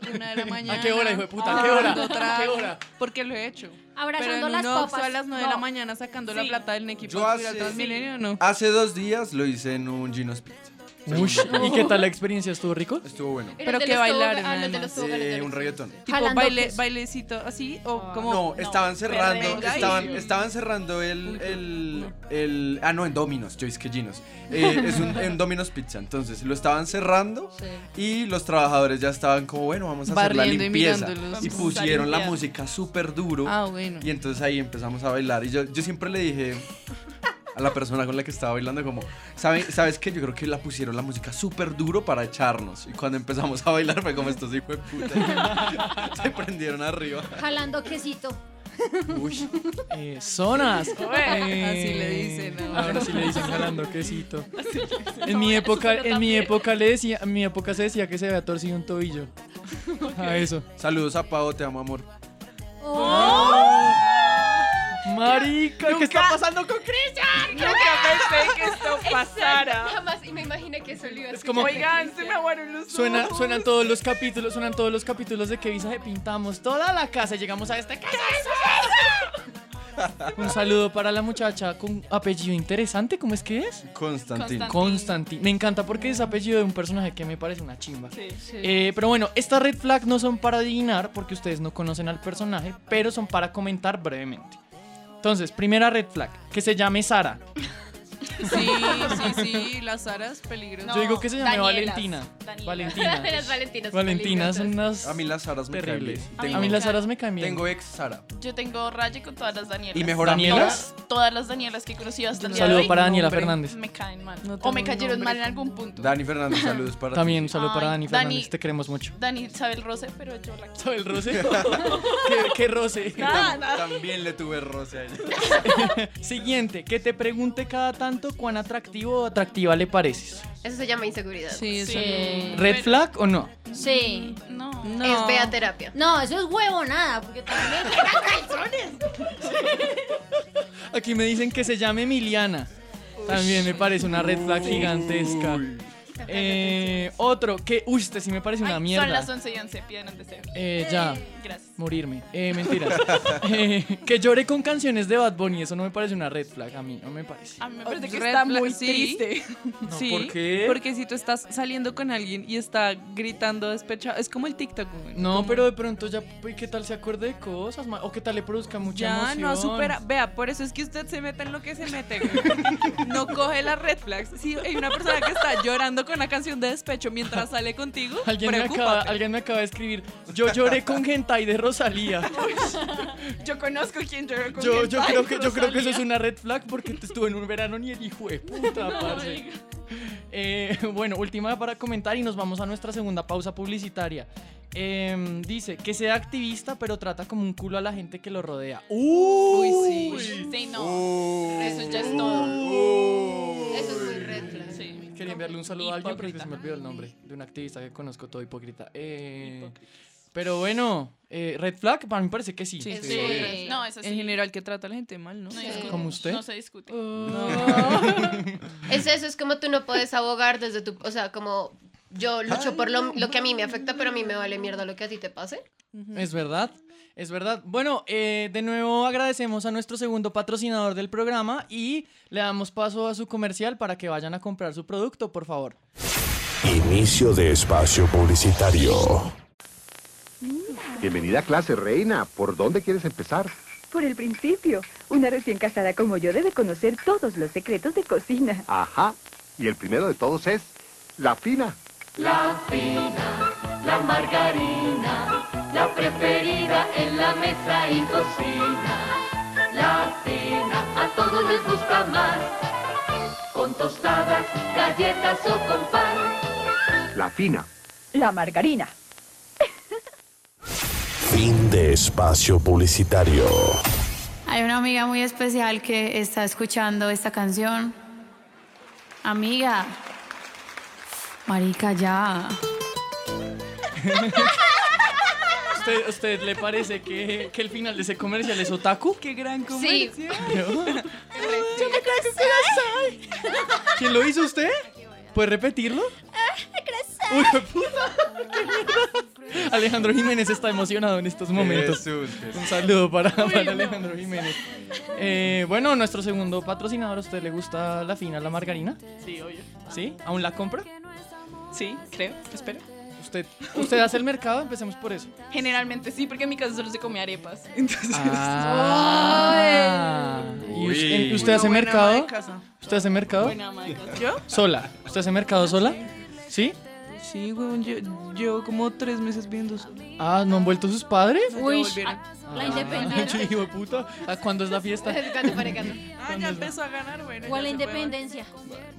S16: 1 de la mañana. Ah,
S4: qué hora, hijo de puta? ¿A qué hora?
S16: tomando trago,
S4: ¿A qué hora?
S16: Porque lo he hecho.
S13: Abrazando
S16: Pero en
S13: las
S16: un Oxxo
S13: papas.
S16: a las 9 de
S13: No.
S16: la mañana sacando la
S13: Sí.
S16: plata del Nequi
S15: Yo
S16: para subir
S15: hace-
S16: al Transmilenio, ¿no?
S15: Hace dos días lo hice en un Gino's Pizza.
S4: Ush, ¿Y qué tal la experiencia? ¿Estuvo rico?
S15: Estuvo bueno.
S16: Pero
S13: ah,
S16: que bailaron, además.
S15: Eh, un reggaetón.
S16: Tipo baile, bailecito así o como...
S15: No, estaban cerrando,
S16: perrenga y-
S15: estaban, estaban cerrando el, el, el- Ah, no, en Domino's, yo es que Gino's. Eh, es un, en Domino's Pizza, entonces lo estaban cerrando y los trabajadores ya estaban como, bueno, vamos a hacer la
S16: Barriendo y
S15: limpieza.
S16: mirándolos.
S15: Y,
S16: Vamos a
S15: pusieron la
S16: limpiar.
S15: música súper duro.
S16: Ah, bueno.
S15: Y entonces ahí empezamos a bailar. Y yo, yo siempre le dije a la persona con la que estaba bailando como, ¿sabe- ¿sabes qué? Yo creo que la pusieron la música súper duro para echarnos. Y cuando empezamos a bailar fue como estos hijos de puta. [LAUGHS] Se prendieron arriba.
S13: Jalando quesito.
S4: Uy. Eh,
S16: [LAUGHS]
S4: zonas. Eh,
S16: Así le dicen, ¿no?
S4: Ahora sí le dicen jalando
S16: [LAUGHS]
S4: quesito. En mi época, en mi época le decía, en mi época se decía que se había torcido un
S16: [LAUGHS]
S4: tobillo. A eso.
S15: Saludos a Pau, te amo amor.
S4: Oh,
S13: Oh.
S16: ¡Oh!
S4: Marica, ¿qué está pasando con
S13: Cristian?
S16: pensé que esto pasara.
S13: Jamás y me imaginé que eso le iba a
S4: Es como-
S13: Oigan, se me
S16: aguaron los
S4: Suena, suenan todos los capítulos, suenan todos los capítulos de que visaje pintamos toda la casa y llegamos a esta
S15: [LAUGHS]
S4: casa. Un saludo para la muchacha con apellido interesante, ¿cómo es que es?
S15: Constantino.
S4: Constantin. Me encanta porque es apellido de un personaje que me parece una chimba.
S14: Sí, sí.
S4: Eh, pero bueno, estas red flag no son para adivinar porque ustedes no conocen al personaje, pero son para comentar brevemente. Entonces, primera red flag, que se llame Sara.
S16: Sí, sí, sí, las aras peligrosas.
S4: Yo digo que se llame Valentina.
S14: [LAUGHS]
S4: Valentina.
S11: Las Valentinas.
S4: Valentinas son unas.
S15: A mí las aras me caen
S4: terribles.
S15: bien.
S4: A mí,
S15: Tengo-
S4: las aras me caen bien.
S15: Tengo ex Sara.
S14: Yo tengo raya con todas las Danielas.
S15: ¿Y mejor
S4: amigas?
S14: Todas, todas las Danielas que he conocido hasta el
S4: Un
S14: día
S4: saludo
S14: de hoy.
S4: para Daniela Fernández.
S14: Me caen mal. o
S16: tengo
S14: me
S16: un
S14: cayeron
S16: nombre
S14: mal en algún punto.
S15: Dani Fernández, saludos para ti.
S4: También, solo para Dani
S14: Dani.
S4: Fernández. Te queremos mucho.
S14: Dani sabe el roce, pero yo la quiero.
S4: ¿Sabe el roce? [LAUGHS] ¿Qué, qué roce?
S14: Nada, nada.
S15: También le tuve roce a ella.
S4: [LAUGHS] Siguiente, que te pregunte cada tanto cuán atractivo o atractiva le pareces.
S11: Eso se llama inseguridad.
S16: Sí, eso
S11: sí.
S4: ¿Red flag o no?
S13: Sí.
S14: No.
S11: Es vea terapia.
S13: No, eso es huevo nada, porque también [LAUGHS] eran calzones.
S4: Aquí me dicen que se llame Emiliana. También me parece una red flag gigantesca. Eh, otro, que, uy, este sí me parece una mierda.
S14: Son las 11 y 11, piden un deseo.
S4: Eh, ya.
S14: Gracias.
S4: Morirme. Eh,
S14: [LAUGHS]
S4: mentiras. Eh, que llore con canciones de Bad Bunny, eso no me parece una red flag. A mí no me parece.
S14: A mí me parece que
S16: Oh, Red
S14: está
S16: flag,
S14: muy
S16: sí.
S14: triste.
S4: No,
S16: sí,
S4: ¿por qué?
S16: Porque si tú estás saliendo con alguien y está gritando despechado, es como el TikTok. güey.
S4: No,
S16: Como-
S4: pero de pronto ya, pues, ¿qué tal se acuerde de cosas? ma- O qué tal le produzca mucha
S16: Ya
S4: emoción.
S16: no supera. Vea, por eso es que usted se mete en lo que se mete. güey. No coge las red flags. Si hay una persona que está llorando con una canción de despecho mientras sale contigo,
S4: Alguien me, acaba,
S16: preocúpate.
S4: alguien me acaba de escribir, yo lloré con hentai de Rosalía.
S14: [LAUGHS] Yo conozco quién lloró con
S4: Yo,
S14: quién
S4: yo,
S14: tal,
S4: creo, que, yo creo que eso
S14: Rosalía.
S4: es una red flag porque te estuve en un verano ni el hijo de
S14: [LAUGHS]
S4: puta, parce. Eh, bueno, última para comentar y nos vamos a nuestra segunda pausa publicitaria. Em, dice que sea activista pero trata como un culo a la gente que lo rodea. Uy,
S14: Uy, sí. Sí, no. Eso ya es todo.
S11: Eso es muy red flag.
S14: Sí.
S4: Quería enviarle un saludo a alguien, pero es que se me olvidó el nombre de un activista que conozco todo hipócrita. Eh, pero bueno, eh, red flag para mí parece que sí.
S16: Sí,
S14: Sí.
S16: Sí.
S14: No, eso
S16: En
S14: sí.
S16: general, que trata a la gente mal, ¿no?
S14: No, discute.
S4: ¿Como usted?
S14: No se discute.
S11: Es eso, es como tú no puedes abogar desde tu. O sea, como yo lucho por lo, lo que a mí me afecta, pero a mí me vale mierda lo que a ti te pase. [LAUGHS]
S4: Es verdad, es verdad. Bueno, eh, de nuevo agradecemos a nuestro segundo patrocinador del programa y le damos paso a su comercial para que vayan a comprar su producto, por favor.
S17: Inicio de espacio publicitario.
S12: Bienvenida a clase, reina. ¿Por dónde quieres empezar?
S21: Por el principio, una recién casada como yo debe conocer todos los secretos de cocina.
S12: Ajá. Y el primero de todos es la fina.
S20: La fina, la margarina, la preferida en la mesa y cocina. La fina a todos les gusta más, con tostadas, galletas o con pan.
S12: La fina.
S21: La margarina.
S17: Fin de espacio publicitario.
S22: Hay una amiga muy especial que está escuchando esta canción. Amiga. Marica, ya.
S4: ¿Usted, usted le parece que, que el final de ese comercial es otaku?
S16: Qué gran
S11: Sí.
S4: [LAUGHS]
S20: Yo me
S4: ¿Quién lo hizo usted? ¿Puede repetirlo? Uy, puta. Alejandro Jiménez está emocionado en estos momentos.
S15: Jesús, Jesús.
S4: Un saludo para, para Alejandro Jiménez. Eh, bueno, nuestro segundo patrocinador, ¿a usted le gusta la fina, la margarina?
S14: Sí, obvio.
S4: ¿Sí? ¿Aún la compra?
S14: Sí, creo, espero.
S4: ¿Usted, usted hace el mercado? Empecemos por eso.
S14: Generalmente sí, porque en mi casa solo se come arepas. Entonces.
S4: Ah. ¿Y us-
S15: Uy.
S4: en- usted hace
S14: Una buena ama
S4: mercado?
S14: de casa.
S4: ¿Usted hace mercado?
S14: Buena ama de casa. ¿Yo?
S4: ¿Sola? ¿Usted hace mercado sola? ¿Sí?
S16: Sí, huevón, yo llevo como tres meses viendo eso.
S4: Ah, ¿no han vuelto sus padres?
S16: Uy,
S4: Ah, yo digo, puta, ¿a ¿cuándo es la fiesta?
S16: Ah, ya empezó a ganar, bueno.
S13: O a la
S16: ya se puede ganar.
S13: independencia.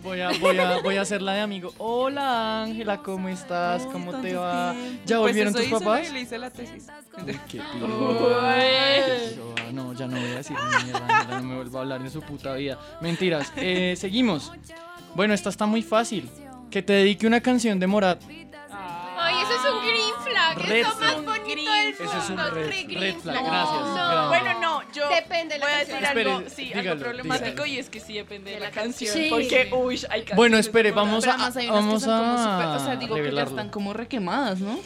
S4: Voy a, voy, a, voy a hacer la de amigo. Hola Ángela, ¿cómo estás? ¿Cómo te va? ¿Ya
S16: Pues
S4: volvieron
S16: eso
S4: tus
S16: hice, ¿no?
S4: papás?
S16: Y le hice la tesis.
S4: Uy, qué
S16: Uy.
S4: piro. Yo, No, ya no voy a decir mierda, Ángela, no me vuelvo a hablar en su puta vida. Mentiras. Eh, seguimos. Bueno, esta está muy fácil. Que te dedique una canción de Morat.
S11: Ay, eso es un green flag.
S4: Red
S11: es lo más
S4: flag.
S11: bonito del mundo.
S4: Eso es un red-
S11: Re green
S4: red flag,
S11: flag.
S4: gracias, gracias.
S14: Bueno, no, yo
S11: Depende de la
S14: voy a
S11: canción.
S14: decir algo,
S4: Espere,
S14: sí,
S4: dígalo,
S14: algo problemático
S4: dígalo.
S14: y es que sí depende de la canción.
S16: Sí.
S14: [LAUGHS] Porque, uy, hay canciones.
S4: Bueno, espere,
S14: como-
S4: vamos
S14: Pero
S4: a-
S14: además hay unas que
S4: vamos
S14: son como
S4: a
S14: súper- o sea, digo que ya
S4: revelarlo.
S14: están como
S16: Como requemadas, ¿no?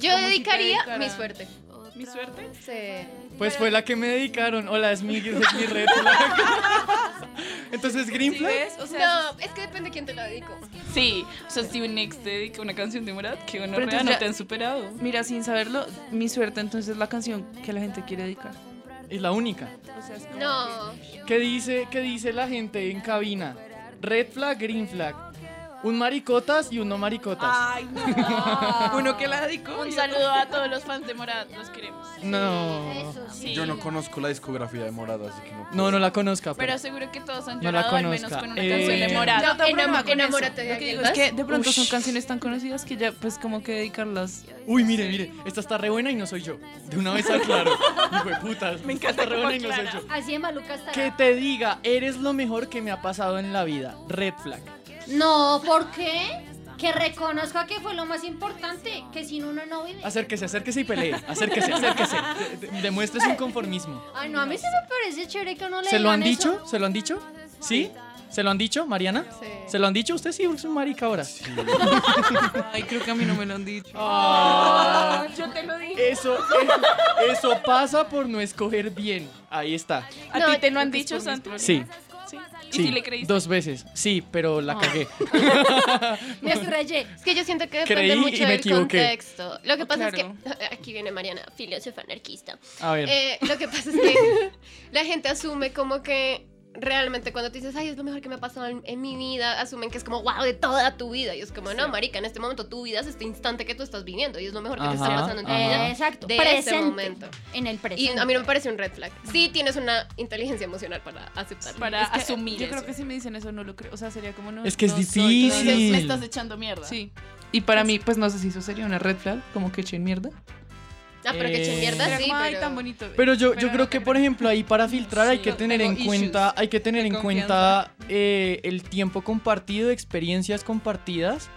S11: Yo dedicaría mi
S14: suerte.
S11: suerte.
S14: ¿Mi suerte?
S11: Sí.
S4: Pues fue la que me dedicaron. Hola, es mi, es mi red
S14: [LAUGHS]
S4: flag. Entonces, Green
S14: ¿Sí
S4: flag?
S14: ves? O sea,
S11: no, es que depende de quién te lo dedico.
S14: Sí, o sea, si un ex te dedica una canción de Morat, que bueno,
S16: Pero
S14: no
S16: entonces ya-
S14: te han superado.
S16: Mira, sin saberlo, mi suerte entonces es la canción que la gente quiere dedicar.
S4: Es la única.
S11: No.
S4: ¿Qué dice, qué dice la gente en cabina? Red flag, green flag. Un maricotas y un no maricotas.
S14: Ay,
S4: no.
S14: [LAUGHS] Uno que la dedicó. Un saludo a todos los fans de Morad, los queremos.
S4: No.
S14: Sí.
S15: Yo no conozco la discografía de Morada, así que no.
S4: No, no la conozca. pero-
S14: Pero seguro que todos han
S4: No la
S14: llorado al menos
S4: conozca.
S14: con una
S4: Eh,
S14: canción de Morad.
S11: No,
S14: No,
S11: enamo-
S14: problema con eso.
S11: enamórate de
S14: Lo que digo es
S11: aquel,
S16: Eh,
S14: que de pronto son
S4: Ush.
S14: canciones tan conocidas que ya, pues, como que dedicarlas.
S4: Uy, mire, mire. Esta está re buena y no soy yo. De una vez
S14: [LAUGHS]
S4: aclaro. Hijo de putas. Me encanta. Está re buena y no soy yo.
S13: Así de maluca está.
S4: Que te diga, eres lo mejor que me ha pasado en la vida. Red flag.
S13: No, ¿por qué? Que reconozca que fue lo más importante, que sin uno no
S16: Ah,
S13: vive.
S4: Acérquese, acérquese y pelee. Acérquese, acérquese. De- de- Demuestre su inconformismo.
S13: Ay, no, a mí sí me parece chévere que uno le
S4: ¿Se lo
S13: digan
S4: han
S13: eso.
S4: dicho? ¿Se lo han dicho? ¿Sí? ¿Se lo han dicho, Mariana? ¿Se lo han dicho? Usted sí es un marica ahora.
S16: Ay, creo que a mí no me lo han dicho.
S4: Ah.
S16: yo te lo dije.
S4: Eso, eso, eso pasa por no escoger bien. Ahí está.
S14: ¿A ti te lo han dicho, Santos?
S4: Sí.
S14: ¿Y
S4: Sí,
S14: si le creíste? Ah.
S4: Dos veces. Sí, pero la cagué.
S11: Me estrellé. Es que yo siento que depende
S4: Creí y
S11: mucho
S4: me
S11: del
S4: equivoqué.
S11: contexto. Lo que pasa
S14: Claro.
S11: es que. [LAUGHS] Aquí viene Mariana, filósofa anarquista.
S4: A ver.
S11: Eh, lo que pasa
S13: [LAUGHS]
S11: es que la gente asume como que realmente cuando te dices, ay, es lo mejor que me ha pasado en, en mi vida, asumen que es como, wow, de toda tu vida. Y es como, no, Marica, en este momento tu vida es este instante que tú estás viviendo y es lo mejor que te está
S13: Ajá,
S11: pasando en tu
S13: ajá.
S11: vida.
S13: Eh, exacto,
S11: De ese
S13: presente,
S11: momento.
S13: En el
S11: Y
S13: presente.
S11: a mí no me parece un red flag. Sí tienes una inteligencia emocional para aceptarlo.
S14: Para
S11: Es que-
S14: asumir.
S16: Yo creo que si me dicen eso no lo creo. O sea, sería como no.
S4: Es que es
S16: no soy-
S4: difícil.
S14: Dices, me estás echando mierda.
S16: Sí. Y para mí, pues no sé si eso sería una red flag, como que echen mierda.
S11: Ah, pero que echen
S4: Eh,
S11: mierda,
S16: Pero
S11: sí,
S16: como, "Ay,
S11: pero...
S16: tan bonito.
S4: Pero yo, yo creo que, por ejemplo, ahí para filtrar hay que tener en
S16: issues
S4: cuenta, hay que tener en cuenta eh, el tiempo compartido, experiencias compartidas.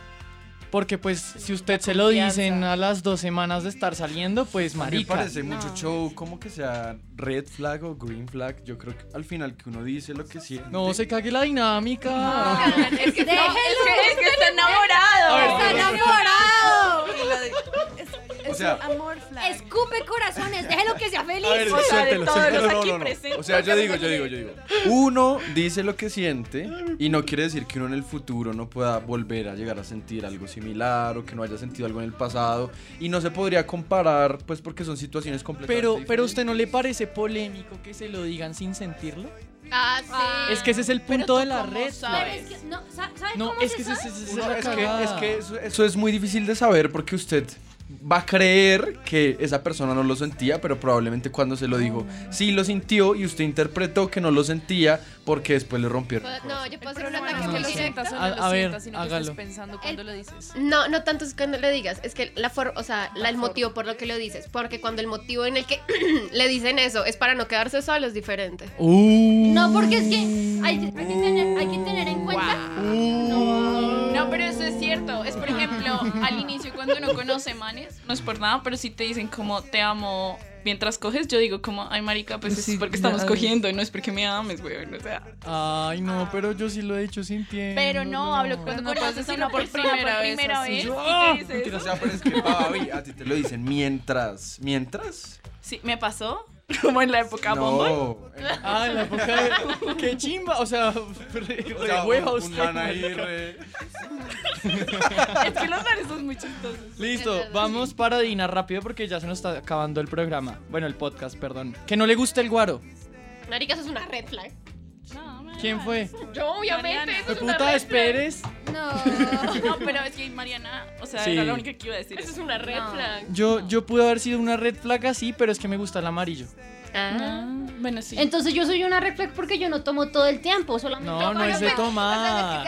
S4: Porque pues si usted se lo dicen a las dos semanas de estar saliendo, pues
S15: Me
S4: marica.
S15: parece mucho show, como que sea red flag o green flag. Yo creo que al final que uno dice lo que siente.
S4: No se cague la dinámica.
S15: [LAUGHS]
S14: Es que,
S13: Déjelo.
S14: es que está enamorado.
S4: A ver,
S13: ¡Está
S4: a ver.
S13: enamorado!
S15: O sea,
S13: Escupe corazones, déjelo que sea feliz.
S15: a ver, suéltelo, suéltelo. No, no, no. O sea, yo digo, yo digo, yo digo. Uno dice lo que siente y no quiere decir que uno en el futuro no pueda volver a llegar a sentir algo similar o que no haya sentido algo en el pasado y no se podría comparar, pues porque son situaciones completamente
S4: Pero, pero
S15: diferentes.
S4: usted no le parece polémico que se lo digan sin sentirlo?
S11: Ah, sí.
S4: Es que ese es el punto de la red.
S13: Pero es que, no, ¿sa- ¿sabes
S4: No,
S13: cómo
S4: es
S13: se
S4: que ese-
S13: sabe?
S4: ese- ese-
S15: Uno-
S4: esa
S15: es que, es
S4: cagada.
S15: que eso, eso es muy difícil de saber porque usted va a creer que esa persona no lo sentía, pero probablemente cuando se lo dijo sí lo sintió y usted interpretó que no lo sentía porque después le rompieron.
S11: Pues, No, yo puedo hacer un
S16: problema
S11: ataque
S16: no es que lo
S11: directo.
S16: sientas o no
S4: A-
S16: lo
S4: a ver,
S16: sientas, sino que estés
S4: hágalo.
S16: pensando cuando lo dices.
S11: No, no tanto es cuando le digas, es que la forma, o sea, la- el motivo por lo que lo dices, porque cuando el motivo en el que [CLEARS THROAT] le dicen eso es para no quedarse solo es diferente.
S13: No, porque es que hay, hay que, tener, hay que tener en cuenta.
S14: No, pero eso es cierto. Es, por ejemplo, al inicio cuando uno conoce manes, no es por nada, pero si te dicen como te amo mientras coges, yo digo como, ay, marica, pues
S16: Sí,
S14: es porque
S16: me
S14: estamos
S16: ames.
S14: cogiendo, no es porque me ames, güey. O sea,
S4: Ay, no, pero yo sí lo he hecho sintiendo.
S14: pero no, hablo cuando
S16: no puedes
S14: conoces a una
S16: decirlo por
S14: persona por primera,
S16: primera vez así.
S14: vez.
S15: ¡Ah!
S14: y te dice
S15: Mentira, o
S14: eso.
S15: sea, pero es que papi, a ti te lo dicen mientras, mientras.
S14: Sí, me pasó, como en la época Bumble.
S15: No.
S4: Ah, en la época de... [LAUGHS] ¡Qué chimba! O sea, re,
S15: O sea,
S4: re hueva
S15: un- un
S4: usted,
S15: man ahí,
S4: marica.
S15: re-
S14: Es que los manes son muy chistosos.
S4: Listo, vamos para Dina rápido porque ya se nos está acabando el programa. Bueno, el podcast, perdón. Que no le gusta el guaro.
S11: Marica, eso es una red flag.
S14: Ah,
S4: ¿Quién fue?
S11: Yo, obviamente,
S14: Mariana.
S11: eso es una
S4: Puta,
S11: red flag.
S4: esperes.
S14: No, pero es que Mariana, o sea,
S4: Sí.
S14: era la única que iba a decir.
S11: Eso es una red flag.
S4: Yo, yo pude haber sido una red flag así, pero es que me gusta el amarillo.
S14: Ah, Bueno, sí.
S13: Entonces yo soy una reflex porque yo no tomo todo el tiempo, solamente.
S4: No, no es de tomar.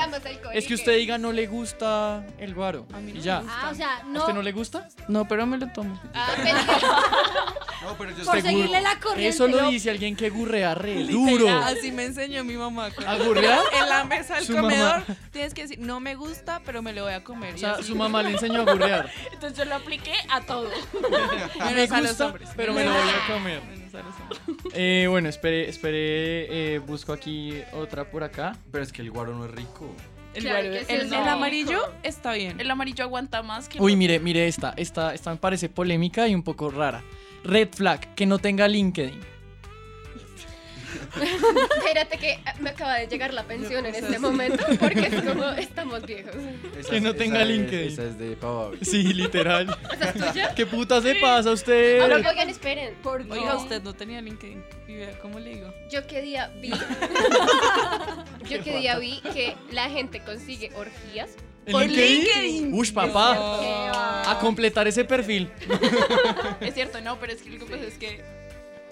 S4: Es que usted diga no le gusta el guaro. Y ya.
S13: Ah, o sea,
S4: ¿A
S13: no.
S4: usted no le gusta?
S16: No, pero me lo tomo.
S11: Ah,
S4: [LAUGHS]
S15: No, pero yo
S13: Por
S15: estoy
S13: seguirle
S15: seguro.
S13: la corriente.
S4: Eso lo dice alguien que gurrea re
S16: Literal,
S4: duro.
S16: Así me enseñó mi mamá.
S4: ¿A gurrear?
S16: En la mesa
S4: Oh.
S16: del
S4: Ah, Su
S16: comedor
S4: mamá.
S16: tienes que decir, no me gusta, pero me lo voy a comer.
S4: O
S16: y
S4: sea,
S16: así.
S4: su mamá le enseñó a gurrear.
S16: [LAUGHS]
S14: Entonces yo lo apliqué a todo.
S4: Me
S16: Menos a los
S4: gusta,
S16: hombres.
S4: pero me lo voy a comer.
S16: Menos a los hombres.
S4: Eh, bueno, espere, espere, eh, busco aquí otra por acá.
S15: Pero es que el guaro no es rico.
S16: El,
S14: Claro
S16: verde-
S14: que sí,
S16: el-
S14: es
S16: el
S14: rico.
S16: amarillo está bien.
S14: El amarillo aguanta más que.
S4: Uy,
S14: el-
S4: mire, mire esta, esta, esta me parece polémica y un poco rara. Red flag, que no tenga LinkedIn.
S11: [LAUGHS] Espérate que ah, me acaba de llegar la pensión en este momento porque es como estamos viejos.
S4: Que no tenga
S15: es-
S4: LinkedIn.
S15: esa es de Pava.
S4: [LAUGHS]
S11: [LAUGHS]
S4: Sí, literal. [LAUGHS] ¿Qué puta se pasa usted?
S11: Ahora, oigan, esperen.
S16: Oiga, usted no tenía LinkedIn. Y vea, ¿Cómo le digo?
S11: Yo qué día vi. [LAUGHS] yo qué día vi que la gente consigue orgías
S4: ¿En
S11: por
S4: LinkedIn?
S11: LinkedIn.
S4: Ush, papá. A completar ese perfil.
S14: Es cierto, no, pero es que lo que pasa es que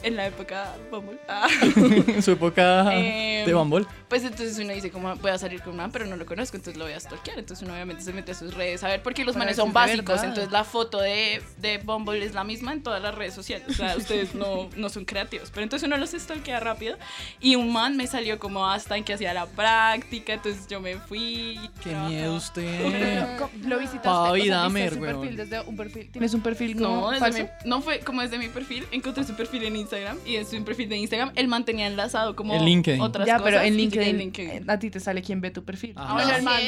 S14: en la época Bumble.
S4: [LAUGHS] En su época
S16: Em,
S14: eh,
S4: de Bumble.
S14: Pues entonces uno dice, como voy a salir con un man, pero no lo conozco, entonces lo voy a stalkear. Entonces uno obviamente se mete a sus redes a ver, porque los
S16: Para
S14: manes
S16: ver si
S14: son
S16: es de
S14: básicos.
S16: verdad.
S14: Entonces la foto de, de Bumble es la misma en todas las redes sociales. O
S16: [LAUGHS]
S14: sea, ustedes no, no son creativos. Pero entonces uno los stalkea rápido. Y un man me salió como hasta en que hacía la práctica. Entonces yo me fui.
S4: Qué miedo usted.
S14: Pero,
S16: ¿cómo- Lo visitaste.
S4: Pavi
S16: O sea,
S4: Dahmer,
S16: ¿viste su
S4: weón.
S16: perfil desde un perfil. ¿Tienes un perfil
S14: No,
S16: como
S14: desde
S16: falso?
S14: mi- no fue como desde mi perfil. Encontré su perfil en Instagram y en su perfil de Instagram él mantenía enlazado como
S4: En LinkedIn.
S14: otras
S16: ya,
S14: cosas.
S16: pero en
S14: y llegué
S16: LinkedIn, eh, a ti te sale quién ve tu perfil.
S14: Ah, bueno, el man-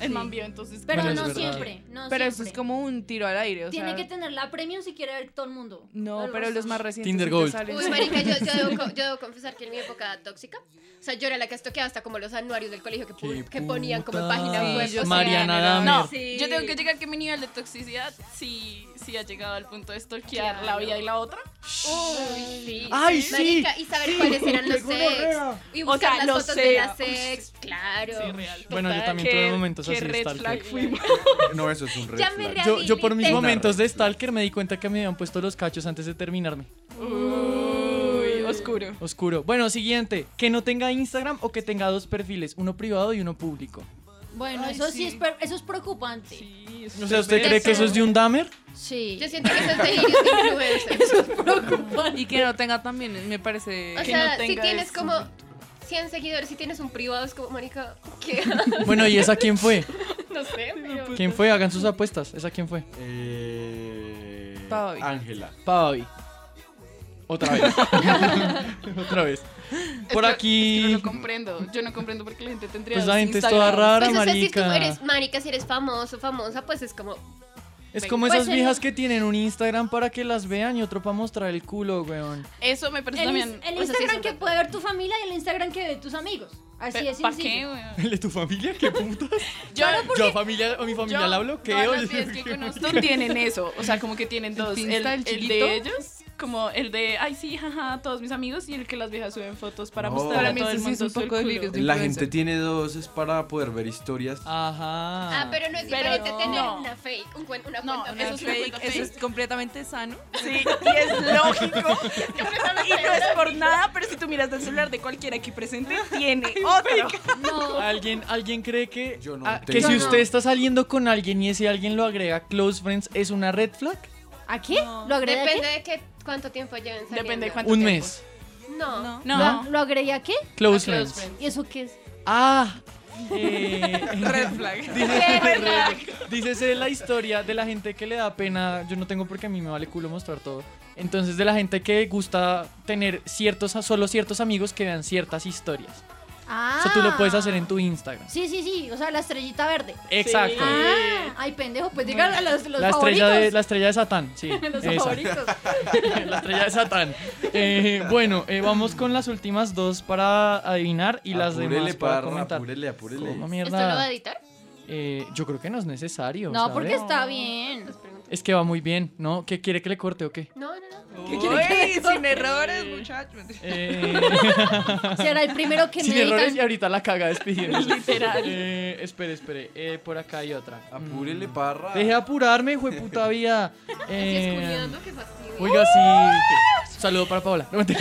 S14: El man vio entonces.
S13: Pero
S16: Bueno,
S13: no
S16: es verdad.
S13: siempre. No
S16: pero eso
S13: siempre.
S16: es como un tiro al aire. O
S13: Tiene
S16: sea,
S13: que tener la premium si quiere ver todo el mundo.
S16: No,
S13: Algo
S16: pero
S13: así.
S16: los más recientes.
S4: Tinder
S16: sí te
S4: Gold.
S16: salen.
S11: Uy, marica, yo, yo debo, co- yo debo confesar que en mi época tóxica, o sea, yo era la que estoqueaba hasta como los anuarios del colegio que, pu- que ponían como en página
S4: puta.
S16: Pues
S11: web.
S4: Sí, yo
S11: o
S4: Pues
S11: sea,
S4: Mariana
S11: era-
S4: Dahmer.
S14: No,
S11: Sí.
S14: yo tengo que llegar que mi nivel de toxicidad sí, sí ha llegado al punto de stalkear la
S11: Claro.
S14: vida y la otra.
S11: Uy, sí.
S14: Ay, sí,
S11: Marica, y saber
S14: sí,
S11: cuáles eran los
S14: qué
S11: sex.
S14: gonorrea.
S11: Y
S14: O
S11: buscar
S14: sea,
S11: las
S14: los
S11: fotos de las
S14: sex.
S11: sex. Claro.
S4: Bueno, yo también
S14: Qué-
S4: tuve momentos
S14: qué
S4: así de
S14: red
S4: stalker.
S14: flag fuimos.
S15: No, eso es un red
S11: Ya me
S15: flag.
S4: Yo, yo por mis
S11: Tengo-
S4: momentos de stalker me di cuenta que me habían puesto los cachos antes de terminarme.
S14: Uy, oscuro.
S4: Oscuro. Bueno, siguiente. Que no tenga Instagram o que tenga dos perfiles, uno privado y uno público.
S13: Bueno,
S11: Ay,
S13: eso sí,
S11: sí.
S13: es, per- eso es preocupante.
S4: O sea, ¿usted cree que eso es de un
S14: [LAUGHS]
S4: damer?
S13: Sí.
S11: Yo siento que eso es de ellos de influencers.
S16: Y que no tenga también, me parece.
S11: O
S16: que
S11: sea,
S16: no
S11: si
S16: tenga
S11: tienes
S16: eso.
S11: como 100 seguidores, si tienes un privado, es como, marica, ¿qué? [LAUGHS]
S4: Bueno, ¿y esa quién fue?
S11: No sé, pero...
S4: ¿Quién fue? Hagan sus apuestas. ¿Esa quién fue?
S15: Eh,
S4: Pavi.
S15: Ángela.
S4: Pavi. Otra
S14: [LAUGHS]
S4: vez. Otra vez. Por
S14: Es que-
S4: aquí.
S14: es que no lo comprendo. Yo no comprendo por qué la gente tendría.
S4: Pues
S14: dos
S4: la gente es
S14: Instagrams.
S4: toda rara,
S11: Pues, o sea, si tú
S4: marica.
S11: eres marica, si eres famoso, famosa, pues es como...
S4: Es como
S11: Pues
S4: esas
S11: el-
S4: viejas que tienen un Instagram para que las vean y otro para mostrar el culo, weón.
S14: Eso me parece
S13: El,
S14: también.
S13: ins- el
S14: o sea, sí es
S13: Instagram
S14: un
S13: que
S14: red
S13: puede ver tu familia y el Instagram que ve tus amigos. Así
S14: Pe-
S13: es
S14: ¿pa'
S13: sencillo.
S4: ¿El de tu familia? ¿Qué putas?
S14: Yo- Claro,
S4: yo a familia, a mi familia
S14: Yo-
S4: la bloqueo.
S14: todas
S4: yo-
S14: las viejas
S4: [LAUGHS]
S14: que conozco tienen eso. O sea, como que tienen dos. El,
S16: pinta, el
S14: el
S16: chiquito?
S14: de ellos, como el de, ay, sí, jaja, todos mis amigos, y el que las viejas suben fotos para
S15: No.
S14: mostrar
S15: Para
S14: a
S16: mí
S14: todo el
S16: eso sí
S14: mundo.
S16: es un
S14: su
S16: poco
S14: culo.
S16: delirio.
S15: La gente tiene dos es para poder ver historias.
S4: Ajá.
S11: Ah, pero no es diferente
S14: no.
S11: tener una fake, un cuen- una cuenta
S16: Una
S11: fake.
S16: fake, eso es completamente sano.
S14: Sí, y es lógico. y no es por nada, pero si tú miras del celular de cualquiera aquí presente, tiene
S4: [LAUGHS]
S14: otro.
S4: ¿Alguien, ¿Alguien cree que,
S15: no
S4: ah,
S15: tengo.
S4: que si
S15: Yo no.
S4: usted está saliendo con alguien y ese alguien lo agrega a Close Friends es una red flag?
S13: ¿A qué? ¿Lo agregué
S11: Depende
S13: a
S11: de qué, cuánto tiempo lleven saliendo.
S14: Depende de
S4: Un mes.
S13: qué?
S11: No. No.
S4: No.
S13: ¿Lo, lo agregué a qué?
S4: Close friends.
S13: ¿Y eso qué es?
S4: Ah. eh, [LAUGHS]
S14: [LAUGHS]
S16: Red flag.
S4: dice- Dícese la historia de la gente que le da pena, yo no tengo porque a mí me vale culo mostrar todo. Entonces de la gente que gusta tener ciertos, solo ciertos amigos que vean ciertas historias.
S13: Ah.
S4: O sea, tú lo puedes hacer en tu Instagram.
S13: Sí, sí, sí. O sea, la estrellita verde.
S4: Exacto. Sí.
S13: Ah, ay, pendejo. Pues digan a los, los
S4: la,
S13: favoritos.
S4: estrella de, la estrella de Satán, sí.
S13: [LAUGHS] Los
S4: esa.
S13: favoritos.
S4: [LAUGHS] la estrella de Satán. Eh, bueno, eh, vamos con las últimas dos para adivinar y las
S15: Apúrele,
S4: demás para
S15: parra,
S4: comentar.
S15: apúrele, apúrele.
S4: ¿Cómo
S11: ¿Esto lo va
S4: mierda?
S11: a editar?
S4: Eh, yo creo que no es necesario.
S13: No,
S4: ¿sabe?
S13: porque está bien.
S4: Es que va muy bien, ¿no? ¿Qué quiere que le corte o qué?
S13: [LAUGHS]
S11: No, no, no.
S16: ¿Qué quiere que sin errores, muchachos.
S13: Será el primero que
S4: Eh, [LAUGHS] Sin
S13: me
S4: errores
S13: editan.
S4: y ahorita la caga despidiendo.
S13: [LAUGHS] Literal.
S4: Eh, espere, espere. Eh, por acá hay otra.
S15: Apúrele, parra.
S4: Mm. Deje de apurarme, jueputa
S13: [LAUGHS]
S4: vida. Eh,
S11: qué fastidio.
S4: oiga, sí.
S13: ¡Uh!
S4: Un saludo para Paola. No, mentira.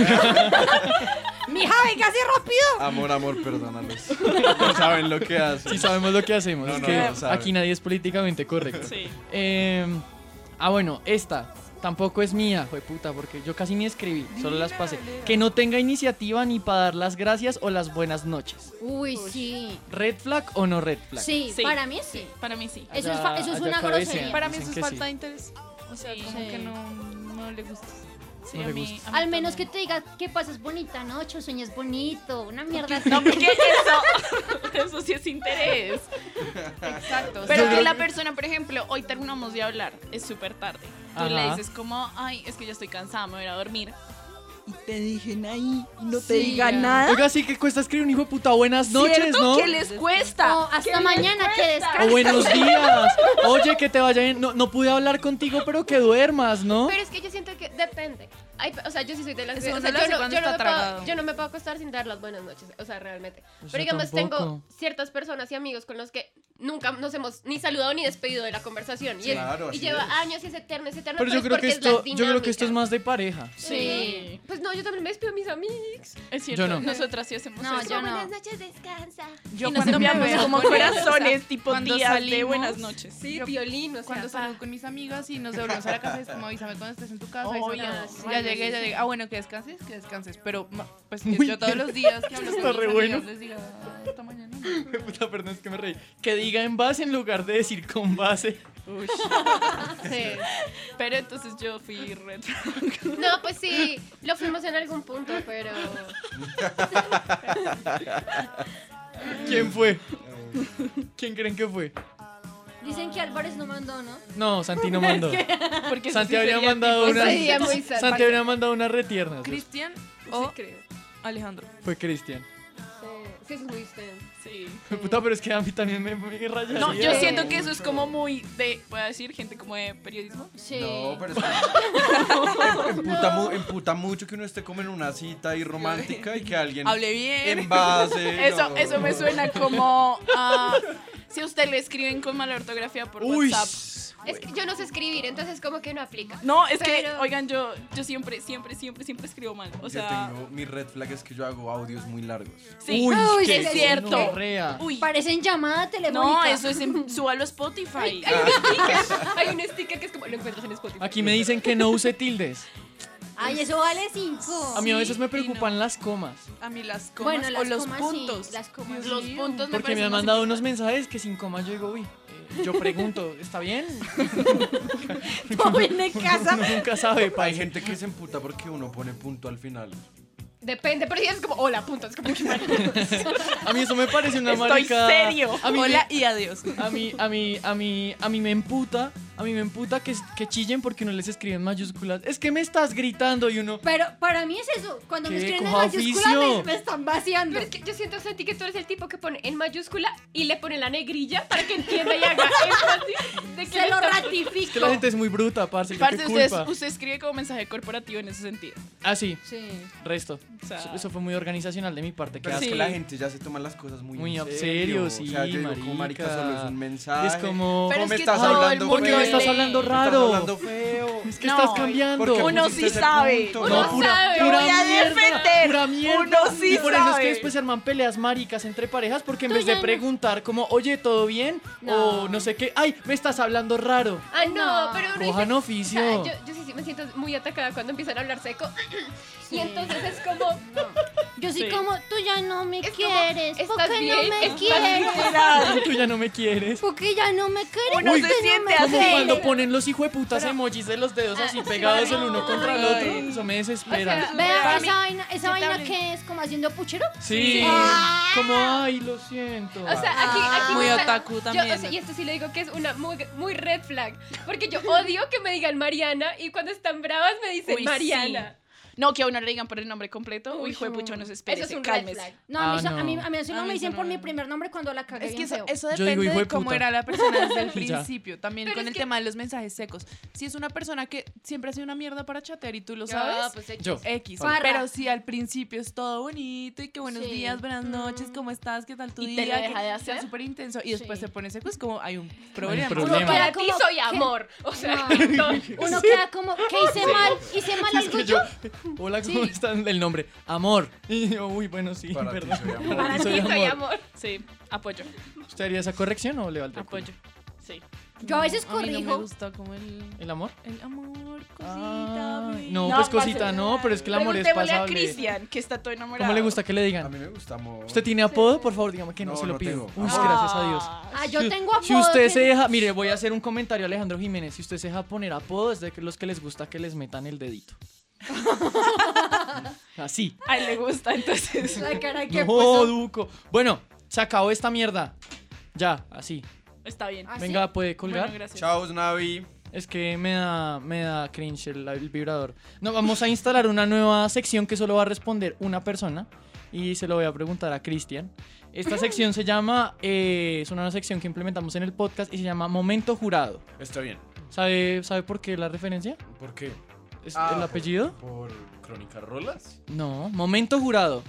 S13: ¡Mija, venga así rápido!
S15: Amor, amor, perdónanos.
S4: [LAUGHS]
S15: No saben lo que hacen.
S4: Sí sabemos lo que hacemos.
S15: No,
S4: es
S15: no,
S4: que
S15: no saben.
S4: aquí nadie es políticamente correcto.
S15: Sí.
S4: Eh, ah, bueno, esta tampoco es mía, jueputa, porque yo casi ni escribí, solo las pasé. Que no tenga iniciativa ni para dar las gracias o las buenas noches.
S13: Uy, sí.
S4: ¿Red flag o no red flag?
S13: Sí, para mí sí.
S14: Para mí sí.
S13: Eso es, fa- eso es
S4: allá
S13: una
S4: cabecean.
S13: grosería.
S16: Para mí eso
S4: Dicen
S16: es
S4: que
S16: falta
S4: sí.
S16: de interés. O sea, como que no, no le gusta.
S14: Sí,
S4: No
S14: a
S4: le
S14: mí-
S4: gusta.
S14: a mí
S13: Al menos que te diga que pasas bonita noche, sueñas bonito, una mierda así.
S14: No, porque eso, [LAUGHS] eso sí es
S16: [LAUGHS]
S14: interés. Exacto.
S13: Yo
S14: Pero
S13: creo
S14: que la
S13: que-
S14: persona, por ejemplo, hoy terminamos de hablar, es súper tarde. Tú
S4: Ajá.
S14: le dices como, ay, es que ya estoy cansada, me voy a ir a dormir.
S1: y te dejen ahí y no te
S11: Sí,
S1: digan
S11: ya.
S1: nada.
S4: Oiga, sí que cuesta escribir un hijo de puta. Buenas noches,
S1: ¿Cierto
S4: ¿no?
S1: que les cuesta?
S13: hasta mañana, que
S4: O
S13: descansen.
S4: buenos días. Oye, que te vaya bien. No, no pude hablar contigo, pero que duermas, ¿no?
S11: Pero es que yo siento que depende. Hay pe- o sea, yo sí soy de las
S16: Eso
S11: que- o
S16: uno
S11: sea,
S16: lo hace
S11: yo, no,
S16: cuando
S11: yo no
S16: está
S11: me puedo,
S16: tragado.
S11: yo no me puedo acostar sin dar las buenas noches. O sea, realmente.
S16: Pues
S11: Pero
S16: yo
S11: digamos, tengo
S16: tampoco.
S11: ciertas personas y amigos con los que nunca nos hemos ni saludado ni despedido de la conversación. Y, es-
S4: Claro,
S11: y
S4: así
S11: lleva
S4: es.
S11: años y es eterno, es eterno.
S4: Pero yo
S11: es
S4: creo que
S11: pues, porque es
S4: esto,
S11: la
S4: yo creo que esto es
S11: dinámica.
S4: más de pareja.
S11: Sí. Pues no, yo también me despido a mis amigos.
S14: Es
S4: cierto, no.
S14: nosotras sí hacemos
S11: no,
S14: eso.
S11: Yo no.
S14: Buenas
S11: noches, descansa.
S14: Yo cuando me veo
S16: como
S14: con
S16: corazones,
S14: ellos, [LAUGHS] o sea,
S16: tipo
S14: cuando
S16: días de
S14: salimos,
S16: buenas noches.
S11: Sí,
S16: Yo-
S11: violín, o sea,
S16: Cuando salgo con mis amigas y nos devolvemos a la casa, es como avísame cuando estés en tu casa.
S11: Obvio.
S16: avísame cuando-
S11: Sí,
S16: Oh, ya
S11: sí,
S16: llegué,
S11: sí,
S16: ya
S11: sí.
S16: llegué. Ah, bueno, que descanses, que descanses. Pero ma- pues
S4: Muy
S16: yo
S4: bien.
S16: todos los días que hablo con
S4: Está
S16: mis
S4: re
S16: amigas
S4: bueno.
S16: les digo, "Ah, hasta mañana.
S4: Puta, perdón, es que me reí. Que diga en base en lugar de decir con base.
S16: Ush.
S14: Pero entonces yo fui retro.
S11: No, pues sí, lo fuimos en algún punto, pero.
S4: ¿Quién fue? ¿Quién creen que fue?
S13: Dicen que Álvarez no mandó, ¿no?
S4: No, Santi no mandó.
S13: Porque
S4: Santi
S13: eso sí
S4: habría
S13: sería
S4: mandado
S13: tipo-
S4: una.
S13: sería muy sad.
S4: Santi habría mandado una retierna.
S16: Cristian o Alejandro.
S4: Fue Cristian.
S11: Sí, es muy usted.
S14: Sí.
S4: Puta, pero es que a mí también me, me rayaría.
S14: No, yo siento que eso es como muy de, ¿puedo decir? Gente como de periodismo.
S11: Sí.
S15: No, pero
S11: [LAUGHS]
S15: es que emputa, mu- emputa mucho que uno esté como en una cita ahí romántica y que alguien
S14: Hable
S4: [LAUGHS]
S14: bien.
S15: en
S14: [LAUGHS]
S15: base.
S14: Eso,
S15: no.
S14: eso me suena como a- si a usted le escriben con mala ortografía por
S15: Uy,
S14: WhatsApp.
S11: Es que yo no sé escribir, entonces como que no aplica. [LAUGHS]
S14: No, es que,
S11: Pero-
S14: oigan, yo, yo siempre, siempre, siempre, siempre escribo mal. O sea,
S15: yo tengo mi red flag es que yo hago audios muy largos.
S14: sí, es cierto. Uy.
S13: Parecen llamada telefónica.
S14: No, eso es en, súbalo a Spotify.
S11: Hay
S4: Ah.
S11: un sticker, hay un sticker que es como lo encuentras en Spotify.
S4: Aquí me dicen que no use tildes.
S13: Ay, eso vale cinco. [LAUGHS]
S4: A mí a veces me preocupan las comas.
S16: A mí las comas
S13: Bueno,
S16: o
S13: las
S16: los
S13: comas sí,
S16: puntos.
S13: las comas
S16: los
S13: sí.
S16: puntos me
S4: Porque me
S16: parecen
S4: han
S16: más
S4: mandado unos mensajes que sin comas yo digo, uy, eh, yo pregunto, ¿está bien?
S13: viene casa.
S4: Uno [LAUGHS] nunca sabe,
S15: Hay gente que se emputa porque uno pone punto al final.
S11: Depende, pero si es como, hola, punto. Es como,
S4: A mí eso me parece una
S16: Estoy
S4: marica.
S16: serio.
S4: A mí
S16: Hola
S4: me- [LAUGHS]
S16: y adiós.
S4: A mí, a mí, a mí, a mí me emputa, a mí me emputa que, que chillen porque no les escriben mayúsculas. Es que me estás gritando y uno.
S13: Pero para mí es eso. Cuando me
S4: ¿Qué?
S13: escriben en
S4: Coja
S13: mayúscula
S4: oficio.
S13: me, me están vaciando.
S11: Pero es que yo siento, Santi, que tú eres el tipo que pone en mayúscula y le pone la negrilla para que entienda y haga énfasis de que
S13: Se
S11: le
S13: lo
S11: está-
S13: ratifico.
S4: Es que la gente es muy bruta, parce. yo
S14: Parce,
S4: qué
S14: usted,
S4: culpa.
S14: usted escribe como mensaje corporativo en ese sentido.
S4: Ah, sí.
S14: Sí.
S4: Resto.
S14: O sea-
S4: eso, eso fue muy organizacional de mi parte.
S15: Pero
S4: qué
S15: es que
S4: asco.
S15: la gente ya se toma las cosas muy,
S4: Muy
S15: en
S4: en serio, sí,
S15: O sea, yo digo, como
S4: marica.
S15: marica, solo es un mensaje.
S4: Es como- Pero
S15: ¿Cómo
S4: es
S15: me
S4: que
S15: estás
S4: todo el
S15: hablando
S4: mundo
S15: feo?
S4: le- estás hablando raro.
S15: Estás hablando [LAUGHS] feo.
S4: Es que estás cambiando.
S15: Porque
S4: Uno
S15: pusiste
S4: sí
S15: ese
S4: sabe,
S15: punto.
S4: uno
S15: No,
S4: sabe.
S15: pura-
S4: Yo
S15: pura
S4: voy a
S15: mierda.
S4: defender. Pura mierda.
S15: Uno sí
S4: y por eso es
S15: sabe.
S4: que después se arman peleas maricas entre parejas porque en
S11: Tú
S4: vez de
S11: ya no-
S4: preguntar como, oye, ¿todo bien?
S11: No.
S4: O no sé qué, ay, me estás hablando raro. [LAUGHS]
S11: Ah, no, pero uno
S4: Cojan
S11: dice-
S4: oficio.
S11: o sea, yo, yo sí, sí me siento muy atacada cuando empiezan a hablar seco. [LAUGHS] Y entonces es como.
S13: Yo soy
S4: Sí.
S13: como, tú ya no me quieres. ¿Por
S11: ¿estás
S13: qué no
S11: bien?
S13: me
S11: ¿Estás
S13: quieres?
S4: Tú ya no me quieres.
S13: [LAUGHS] ¿Por qué ya no me quieres? ¿Por qué no me
S4: como
S13: quieres?
S4: cuando ponen los hijos de putas emojis de los dedos así pegados el uno contra el otro. Eso me desespera.
S11: Ah,
S13: Vea esa vaina, esa vaina que es como haciendo puchero.
S4: Sí,
S13: Ah.
S4: como ay, lo siento.
S11: O sea, aquí, aquí
S4: Muy
S11: me están-
S4: otaku
S11: yo,
S4: también.
S11: o sea, y esto sí le digo que es una muy, muy red flag. Porque yo odio que me digan Mariana y cuando están bravas me dicen
S14: Uy,
S11: Mariana.
S14: sí. No, que a uno le digan por el nombre completo. Uy, hijo de pucho, no se espere.
S11: Eso es un red
S14: cálmese.
S11: flag.
S13: No, a mí,
S14: Ah,
S13: so- a mí,
S14: no.
S13: a mí solo
S14: A
S13: me
S14: mí
S13: dicen
S14: eso
S13: por mi primer nombre cuando la cagué.
S16: Es que
S13: bien
S16: eso,
S13: feo.
S16: eso
S4: Yo digo,
S16: depende
S4: hijo de
S16: de cómo
S4: puta.
S16: era la persona desde el
S4: Ya.
S16: principio. También
S11: Pero
S16: con
S11: es
S16: el
S11: que-
S16: tema de los mensajes secos. Si es una persona que siempre ha sido una mierda para chatear y tú lo
S11: Ah,
S16: sabes,
S11: pues, X.
S14: ¿eh,
S4: Yo.
S16: X.
S11: Parra.
S16: Pero si al principio es todo bonito y que buenos
S11: Sí.
S16: días, buenas noches, ¿cómo estás? ¿Qué tal tu
S14: Y
S16: día?
S14: te lo deja
S16: que
S14: de
S16: sea
S14: hacer.
S16: súper intenso. Y después se pone seco, es como hay un problema.
S11: Como para ti soy amor. O sea, [LAUGHS] entonces-
S13: Uno queda como, ¿qué hice mal? ¿Hice mal
S4: Es
S13: algo
S4: que
S13: yo?
S4: yo- Hola, ¿cómo
S13: Sí.
S4: están? El nombre, amor. Y yo, uy, bueno, sí,
S15: Para ti
S4: perdón.
S15: soy amor.
S4: Para ti soy amor.
S14: Sí, apoyo.
S4: ¿Usted haría esa corrección o le valdría?
S14: Apoyo. Sí.
S13: Yo a veces
S16: A mí no me
S13: corrijo.
S16: gusta como el,
S4: ¿El amor?
S16: el amor, cosita. mi-
S4: No,
S14: No,
S4: pues
S14: parce,
S4: cosita, no, pero es que el amor es
S14: Preguntémosle a
S4: pasable.
S14: Cristian, que está todo enamorado.
S4: ¿Cómo le gusta que le digan?
S15: A mí me gusta amor.
S4: ¿Usted tiene apodo? Por favor, dígame que no,
S15: No,
S4: se lo
S15: no
S4: pido.
S15: tengo.
S4: Uy,
S15: Ah.
S4: gracias a Dios.
S13: Ah, yo
S4: Si-
S13: tengo
S4: Si
S13: apodo,
S4: usted
S13: que-
S4: se deja, mire, voy a hacer un comentario a Alejandro Jiménez. Si usted se deja poner apodo, es de que los que les gusta que les metan el
S13: [LAUGHS]
S4: dedito. Así.
S14: A él le gusta, entonces.
S13: La cara
S4: No, Duco. Bueno, se acabó esta mierda. Ya, así.
S14: Está bien.
S13: ¿Ah,
S4: Venga, puede colgar.
S14: Bueno, gracias.
S15: Chao, Navi.
S4: Es que me da, me da cringe el, el vibrador. No, vamos a instalar una nueva sección que solo va a responder una persona. Y se lo voy a preguntar a Cristian. Esta sección se llama, eh, es una nueva sección que implementamos en el podcast y se llama Momento Jurado.
S3: Está bien.
S4: ¿Sabe, ¿sabe por qué la referencia?
S3: ¿Por qué?
S4: ¿Es-
S3: Ah,
S4: ¿El
S3: por-
S4: apellido?
S3: Por, Crónica Rolas.
S4: No, Momento Jurado.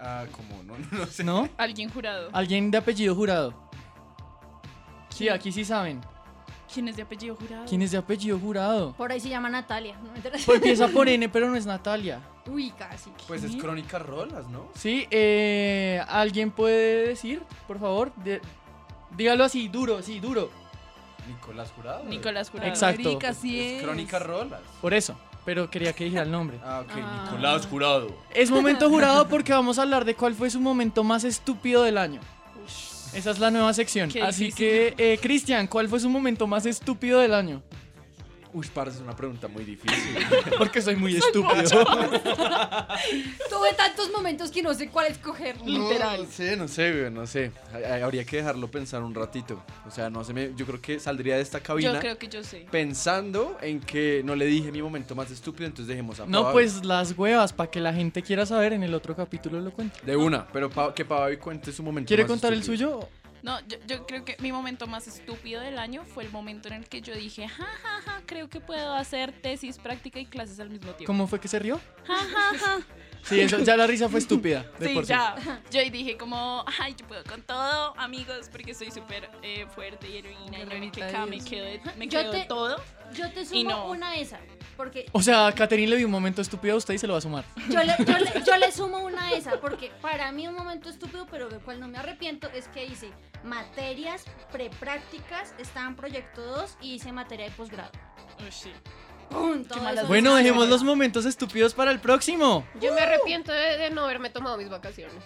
S3: Ah, como
S15: [LAUGHS]
S3: no, no sé.
S4: ¿No?
S14: Alguien jurado.
S4: Alguien de apellido jurado. Sí, aquí sí saben.
S14: ¿Quién es de apellido jurado?
S4: ¿Quién es de apellido jurado?
S13: Por ahí se llama Natalia. ¿no?
S4: Pues empieza por N, pero no es Natalia.
S13: Uy, casi.
S15: Pues es Crónica Rolas, ¿no?
S4: Sí, eh, ¿alguien puede decir, por favor? De- dígalo así, duro, sí, duro.
S15: Nicolás Jurado.
S14: Nicolás Jurado.
S4: Exacto.
S14: Marica, sí
S15: Es
S14: es.
S15: Crónica Rolas.
S4: Por eso, pero quería que dijera el nombre.
S15: Ah, ok,
S4: Ah.
S3: Nicolás Jurado.
S4: Es momento jurado porque vamos a hablar de cuál fue su momento más estúpido del año. Esa es la nueva sección.
S15: Qué
S4: Así que, eh, Cristian, ¿cuál fue su momento más estúpido del año?
S15: Uy, parce, es una pregunta muy [LAUGHS] difícil.
S4: Porque soy muy
S15: Soy
S4: estúpido.
S11: [LAUGHS]
S13: Tuve tantos momentos que no sé cuál escoger.
S15: No, no sé, no sé, güey, no sé. Ay, ay, Habría que dejarlo pensar un ratito. O sea, no se me. Yo creo que saldría de esta cabina.
S14: Yo creo que yo sé.
S15: Pensando en que no le dije mi momento más estúpido, entonces dejemos a
S4: No,
S15: Pava.
S4: pues las huevas, para que la gente quiera saber, en el otro capítulo lo cuento.
S15: De una, pero pa- que Pavavi cuente su momento.
S4: ¿Quiere
S15: más
S4: contar el
S15: estúpido.
S4: suyo?
S14: No, yo, yo creo que mi momento más estúpido del año fue el momento en el que yo dije, ja, ja, ja, creo que puedo hacer tesis, práctica y clases al mismo tiempo.
S4: ¿Cómo fue que se rió?
S14: Ja, ja, ja.
S4: Sí, eso, ya la risa fue estúpida. De
S14: Sí,
S4: por sí. [LAUGHS]
S14: ya. Yo ahí dije como, ay, yo puedo con todo, amigos, porque soy súper eh, fuerte y heroína. Y no me,
S13: Gloria a
S14: quedo- me
S13: Dios.
S14: quedo, de- me
S13: Yo
S14: quedo de
S13: te-
S14: todo.
S13: Yo te
S14: Y
S13: sumo
S14: no.
S13: una esa. Porque
S4: O sea, Caterine le dio un momento estúpido a usted y se lo va a sumar.
S13: yo le, yo le- yo le sumo una esa. Porque para mí un momento estúpido, pero del cual no me arrepiento, es que hice materias preprácticas, estaba en proyecto 2 y hice materia de posgrado. ¡Pum! Todo eso.
S4: Bueno, dejemos los momentos estúpidos para el próximo.
S11: Yo me arrepiento de, de no haberme tomado mis vacaciones.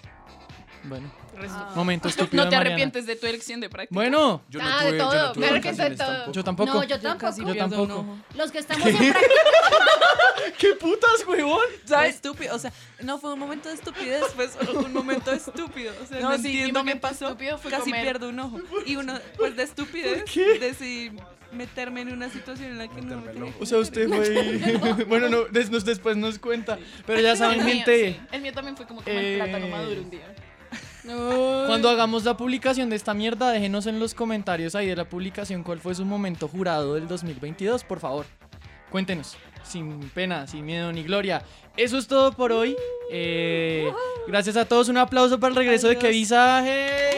S4: Bueno,
S11: Resulta.
S4: momento estúpido.
S14: No te
S4: de Mariana.
S14: arrepientes de tu elección de práctica.
S4: Bueno,
S11: Yo no Ah, de tuve- yo no todo, tuve me arrepiento de vacaciones todo.
S4: Yo
S11: tampoco.
S4: tampoco.
S13: No, yo tampoco.
S4: Yo tampoco.
S13: Los que estamos en
S4: [LAUGHS] ¿Qué putas, huevón?
S16: ¿Sabes? Estúpido. O sea, no fue un momento de estupidez, fue solo un momento estúpido. O sea, no,
S14: No, sí, mi
S16: entiendo qué
S14: momento
S16: pasó.
S14: estúpido fue
S16: Casi
S14: comer.
S16: pierdo un ojo. Y uno, pues de estupidez, decidí meterme en una situación en la que no me tenía que
S4: O sea, usted fue. [LAUGHS] bueno, no, des- nos- después nos cuenta. Pero ya saben,
S14: El mío,
S4: gente.
S14: sí. El mío también fue como comer plátano
S4: Eh.
S14: maduro un día.
S4: Cuando hagamos la publicación de esta mierda, déjenos en los comentarios ahí de la publicación cuál fue su momento jurado del 2022, por favor. Cuéntenos, sin pena, sin miedo ni gloria. Eso es todo por hoy. Eh, gracias a todos, un aplauso para el regreso de Que Visaje.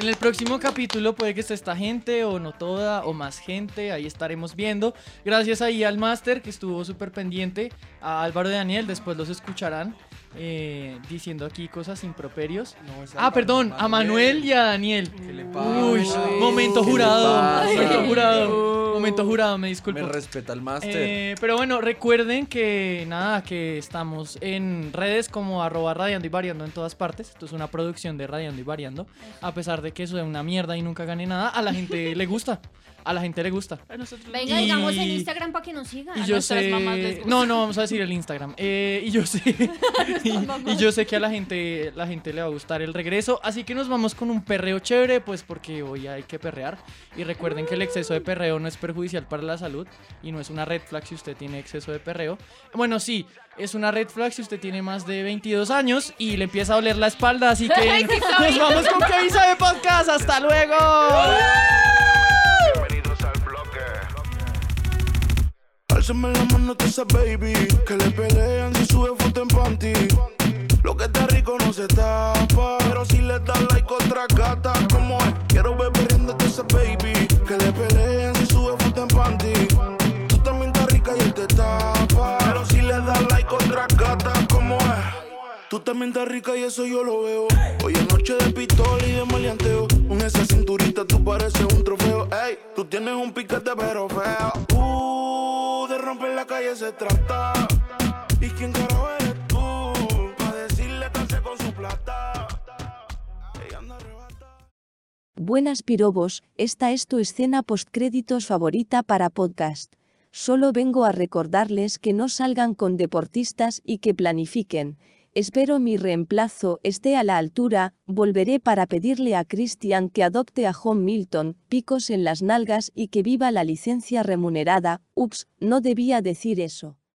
S4: En el próximo capítulo puede que esté esta gente o no toda o más gente, ahí estaremos viendo. Gracias ahí al máster que estuvo súper pendiente, a Álvaro y Daniel, después los escucharán eh, diciendo aquí cosas improperios. ah,
S15: Álvaro,
S4: perdón, a Manuel y a Daniel. Uy, momento jurado,
S15: pasa? Uh,
S4: momento jurado, momento jurado, me disculpo.
S15: Me respeta el máster.
S4: Eh, pero bueno, recuerden que nada, que estamos en redes como arroba radiando y variando en todas partes. Esto es una producción de radiando y variando. A pesar de que eso es una mierda y nunca gane nada, a la gente le gusta. A la gente le gusta.
S14: A nosotros.
S13: Venga,
S4: Y-
S13: digamos en Instagram para que nos sigan.
S4: Y yo sé... No, no, vamos a decir el Instagram. Eh, y yo sé... y, y yo sé que a la gente, la gente le va a gustar el regreso. Así que nos vamos con un perreo chévere, pues porque hoy hay que perrear. Y recuerden que el exceso de perreo no es perjudicial para la salud y no es una red flag si usted tiene exceso de perreo. Bueno, sí, es una red flag si usted tiene más de 22 años y le empieza a doler la espalda. Así que
S2: ¡Qué
S4: nos vamos con que avisa de podcast. ¡Hasta luego!
S7: Bienvenidos al bloque. Álzame la mano a esa baby que le pelean si sube foto en panty. Lo que está rico no se tapa, pero si le das like otra gata como es. Quiero ver perdiendo a esa baby que le pelean si sube foto en panty. Tú también estás rica y él te tapa, pero si le das like otra gata como es. Tú también estás rica y eso yo lo veo. Hoy es noche de pistola y de maleanteo. Con esa cinturita tú pareces un trofeo. Ey, tú tienes un piquete pero feo. Uh, de romper la calle se trata. ¿Y quién carajo eres tú? Pa' decirle canse con su plata. Ella anda
S23: Buenas pirobos, esta es tu escena postcréditos favorita para podcast. Solo vengo a recordarles que no salgan con deportistas y que planifiquen,
S15: Espero mi reemplazo esté a la altura, volveré para pedirle a Christian que adopte a John Milton, picos en las nalgas y que viva la licencia remunerada, ups, no debía decir eso.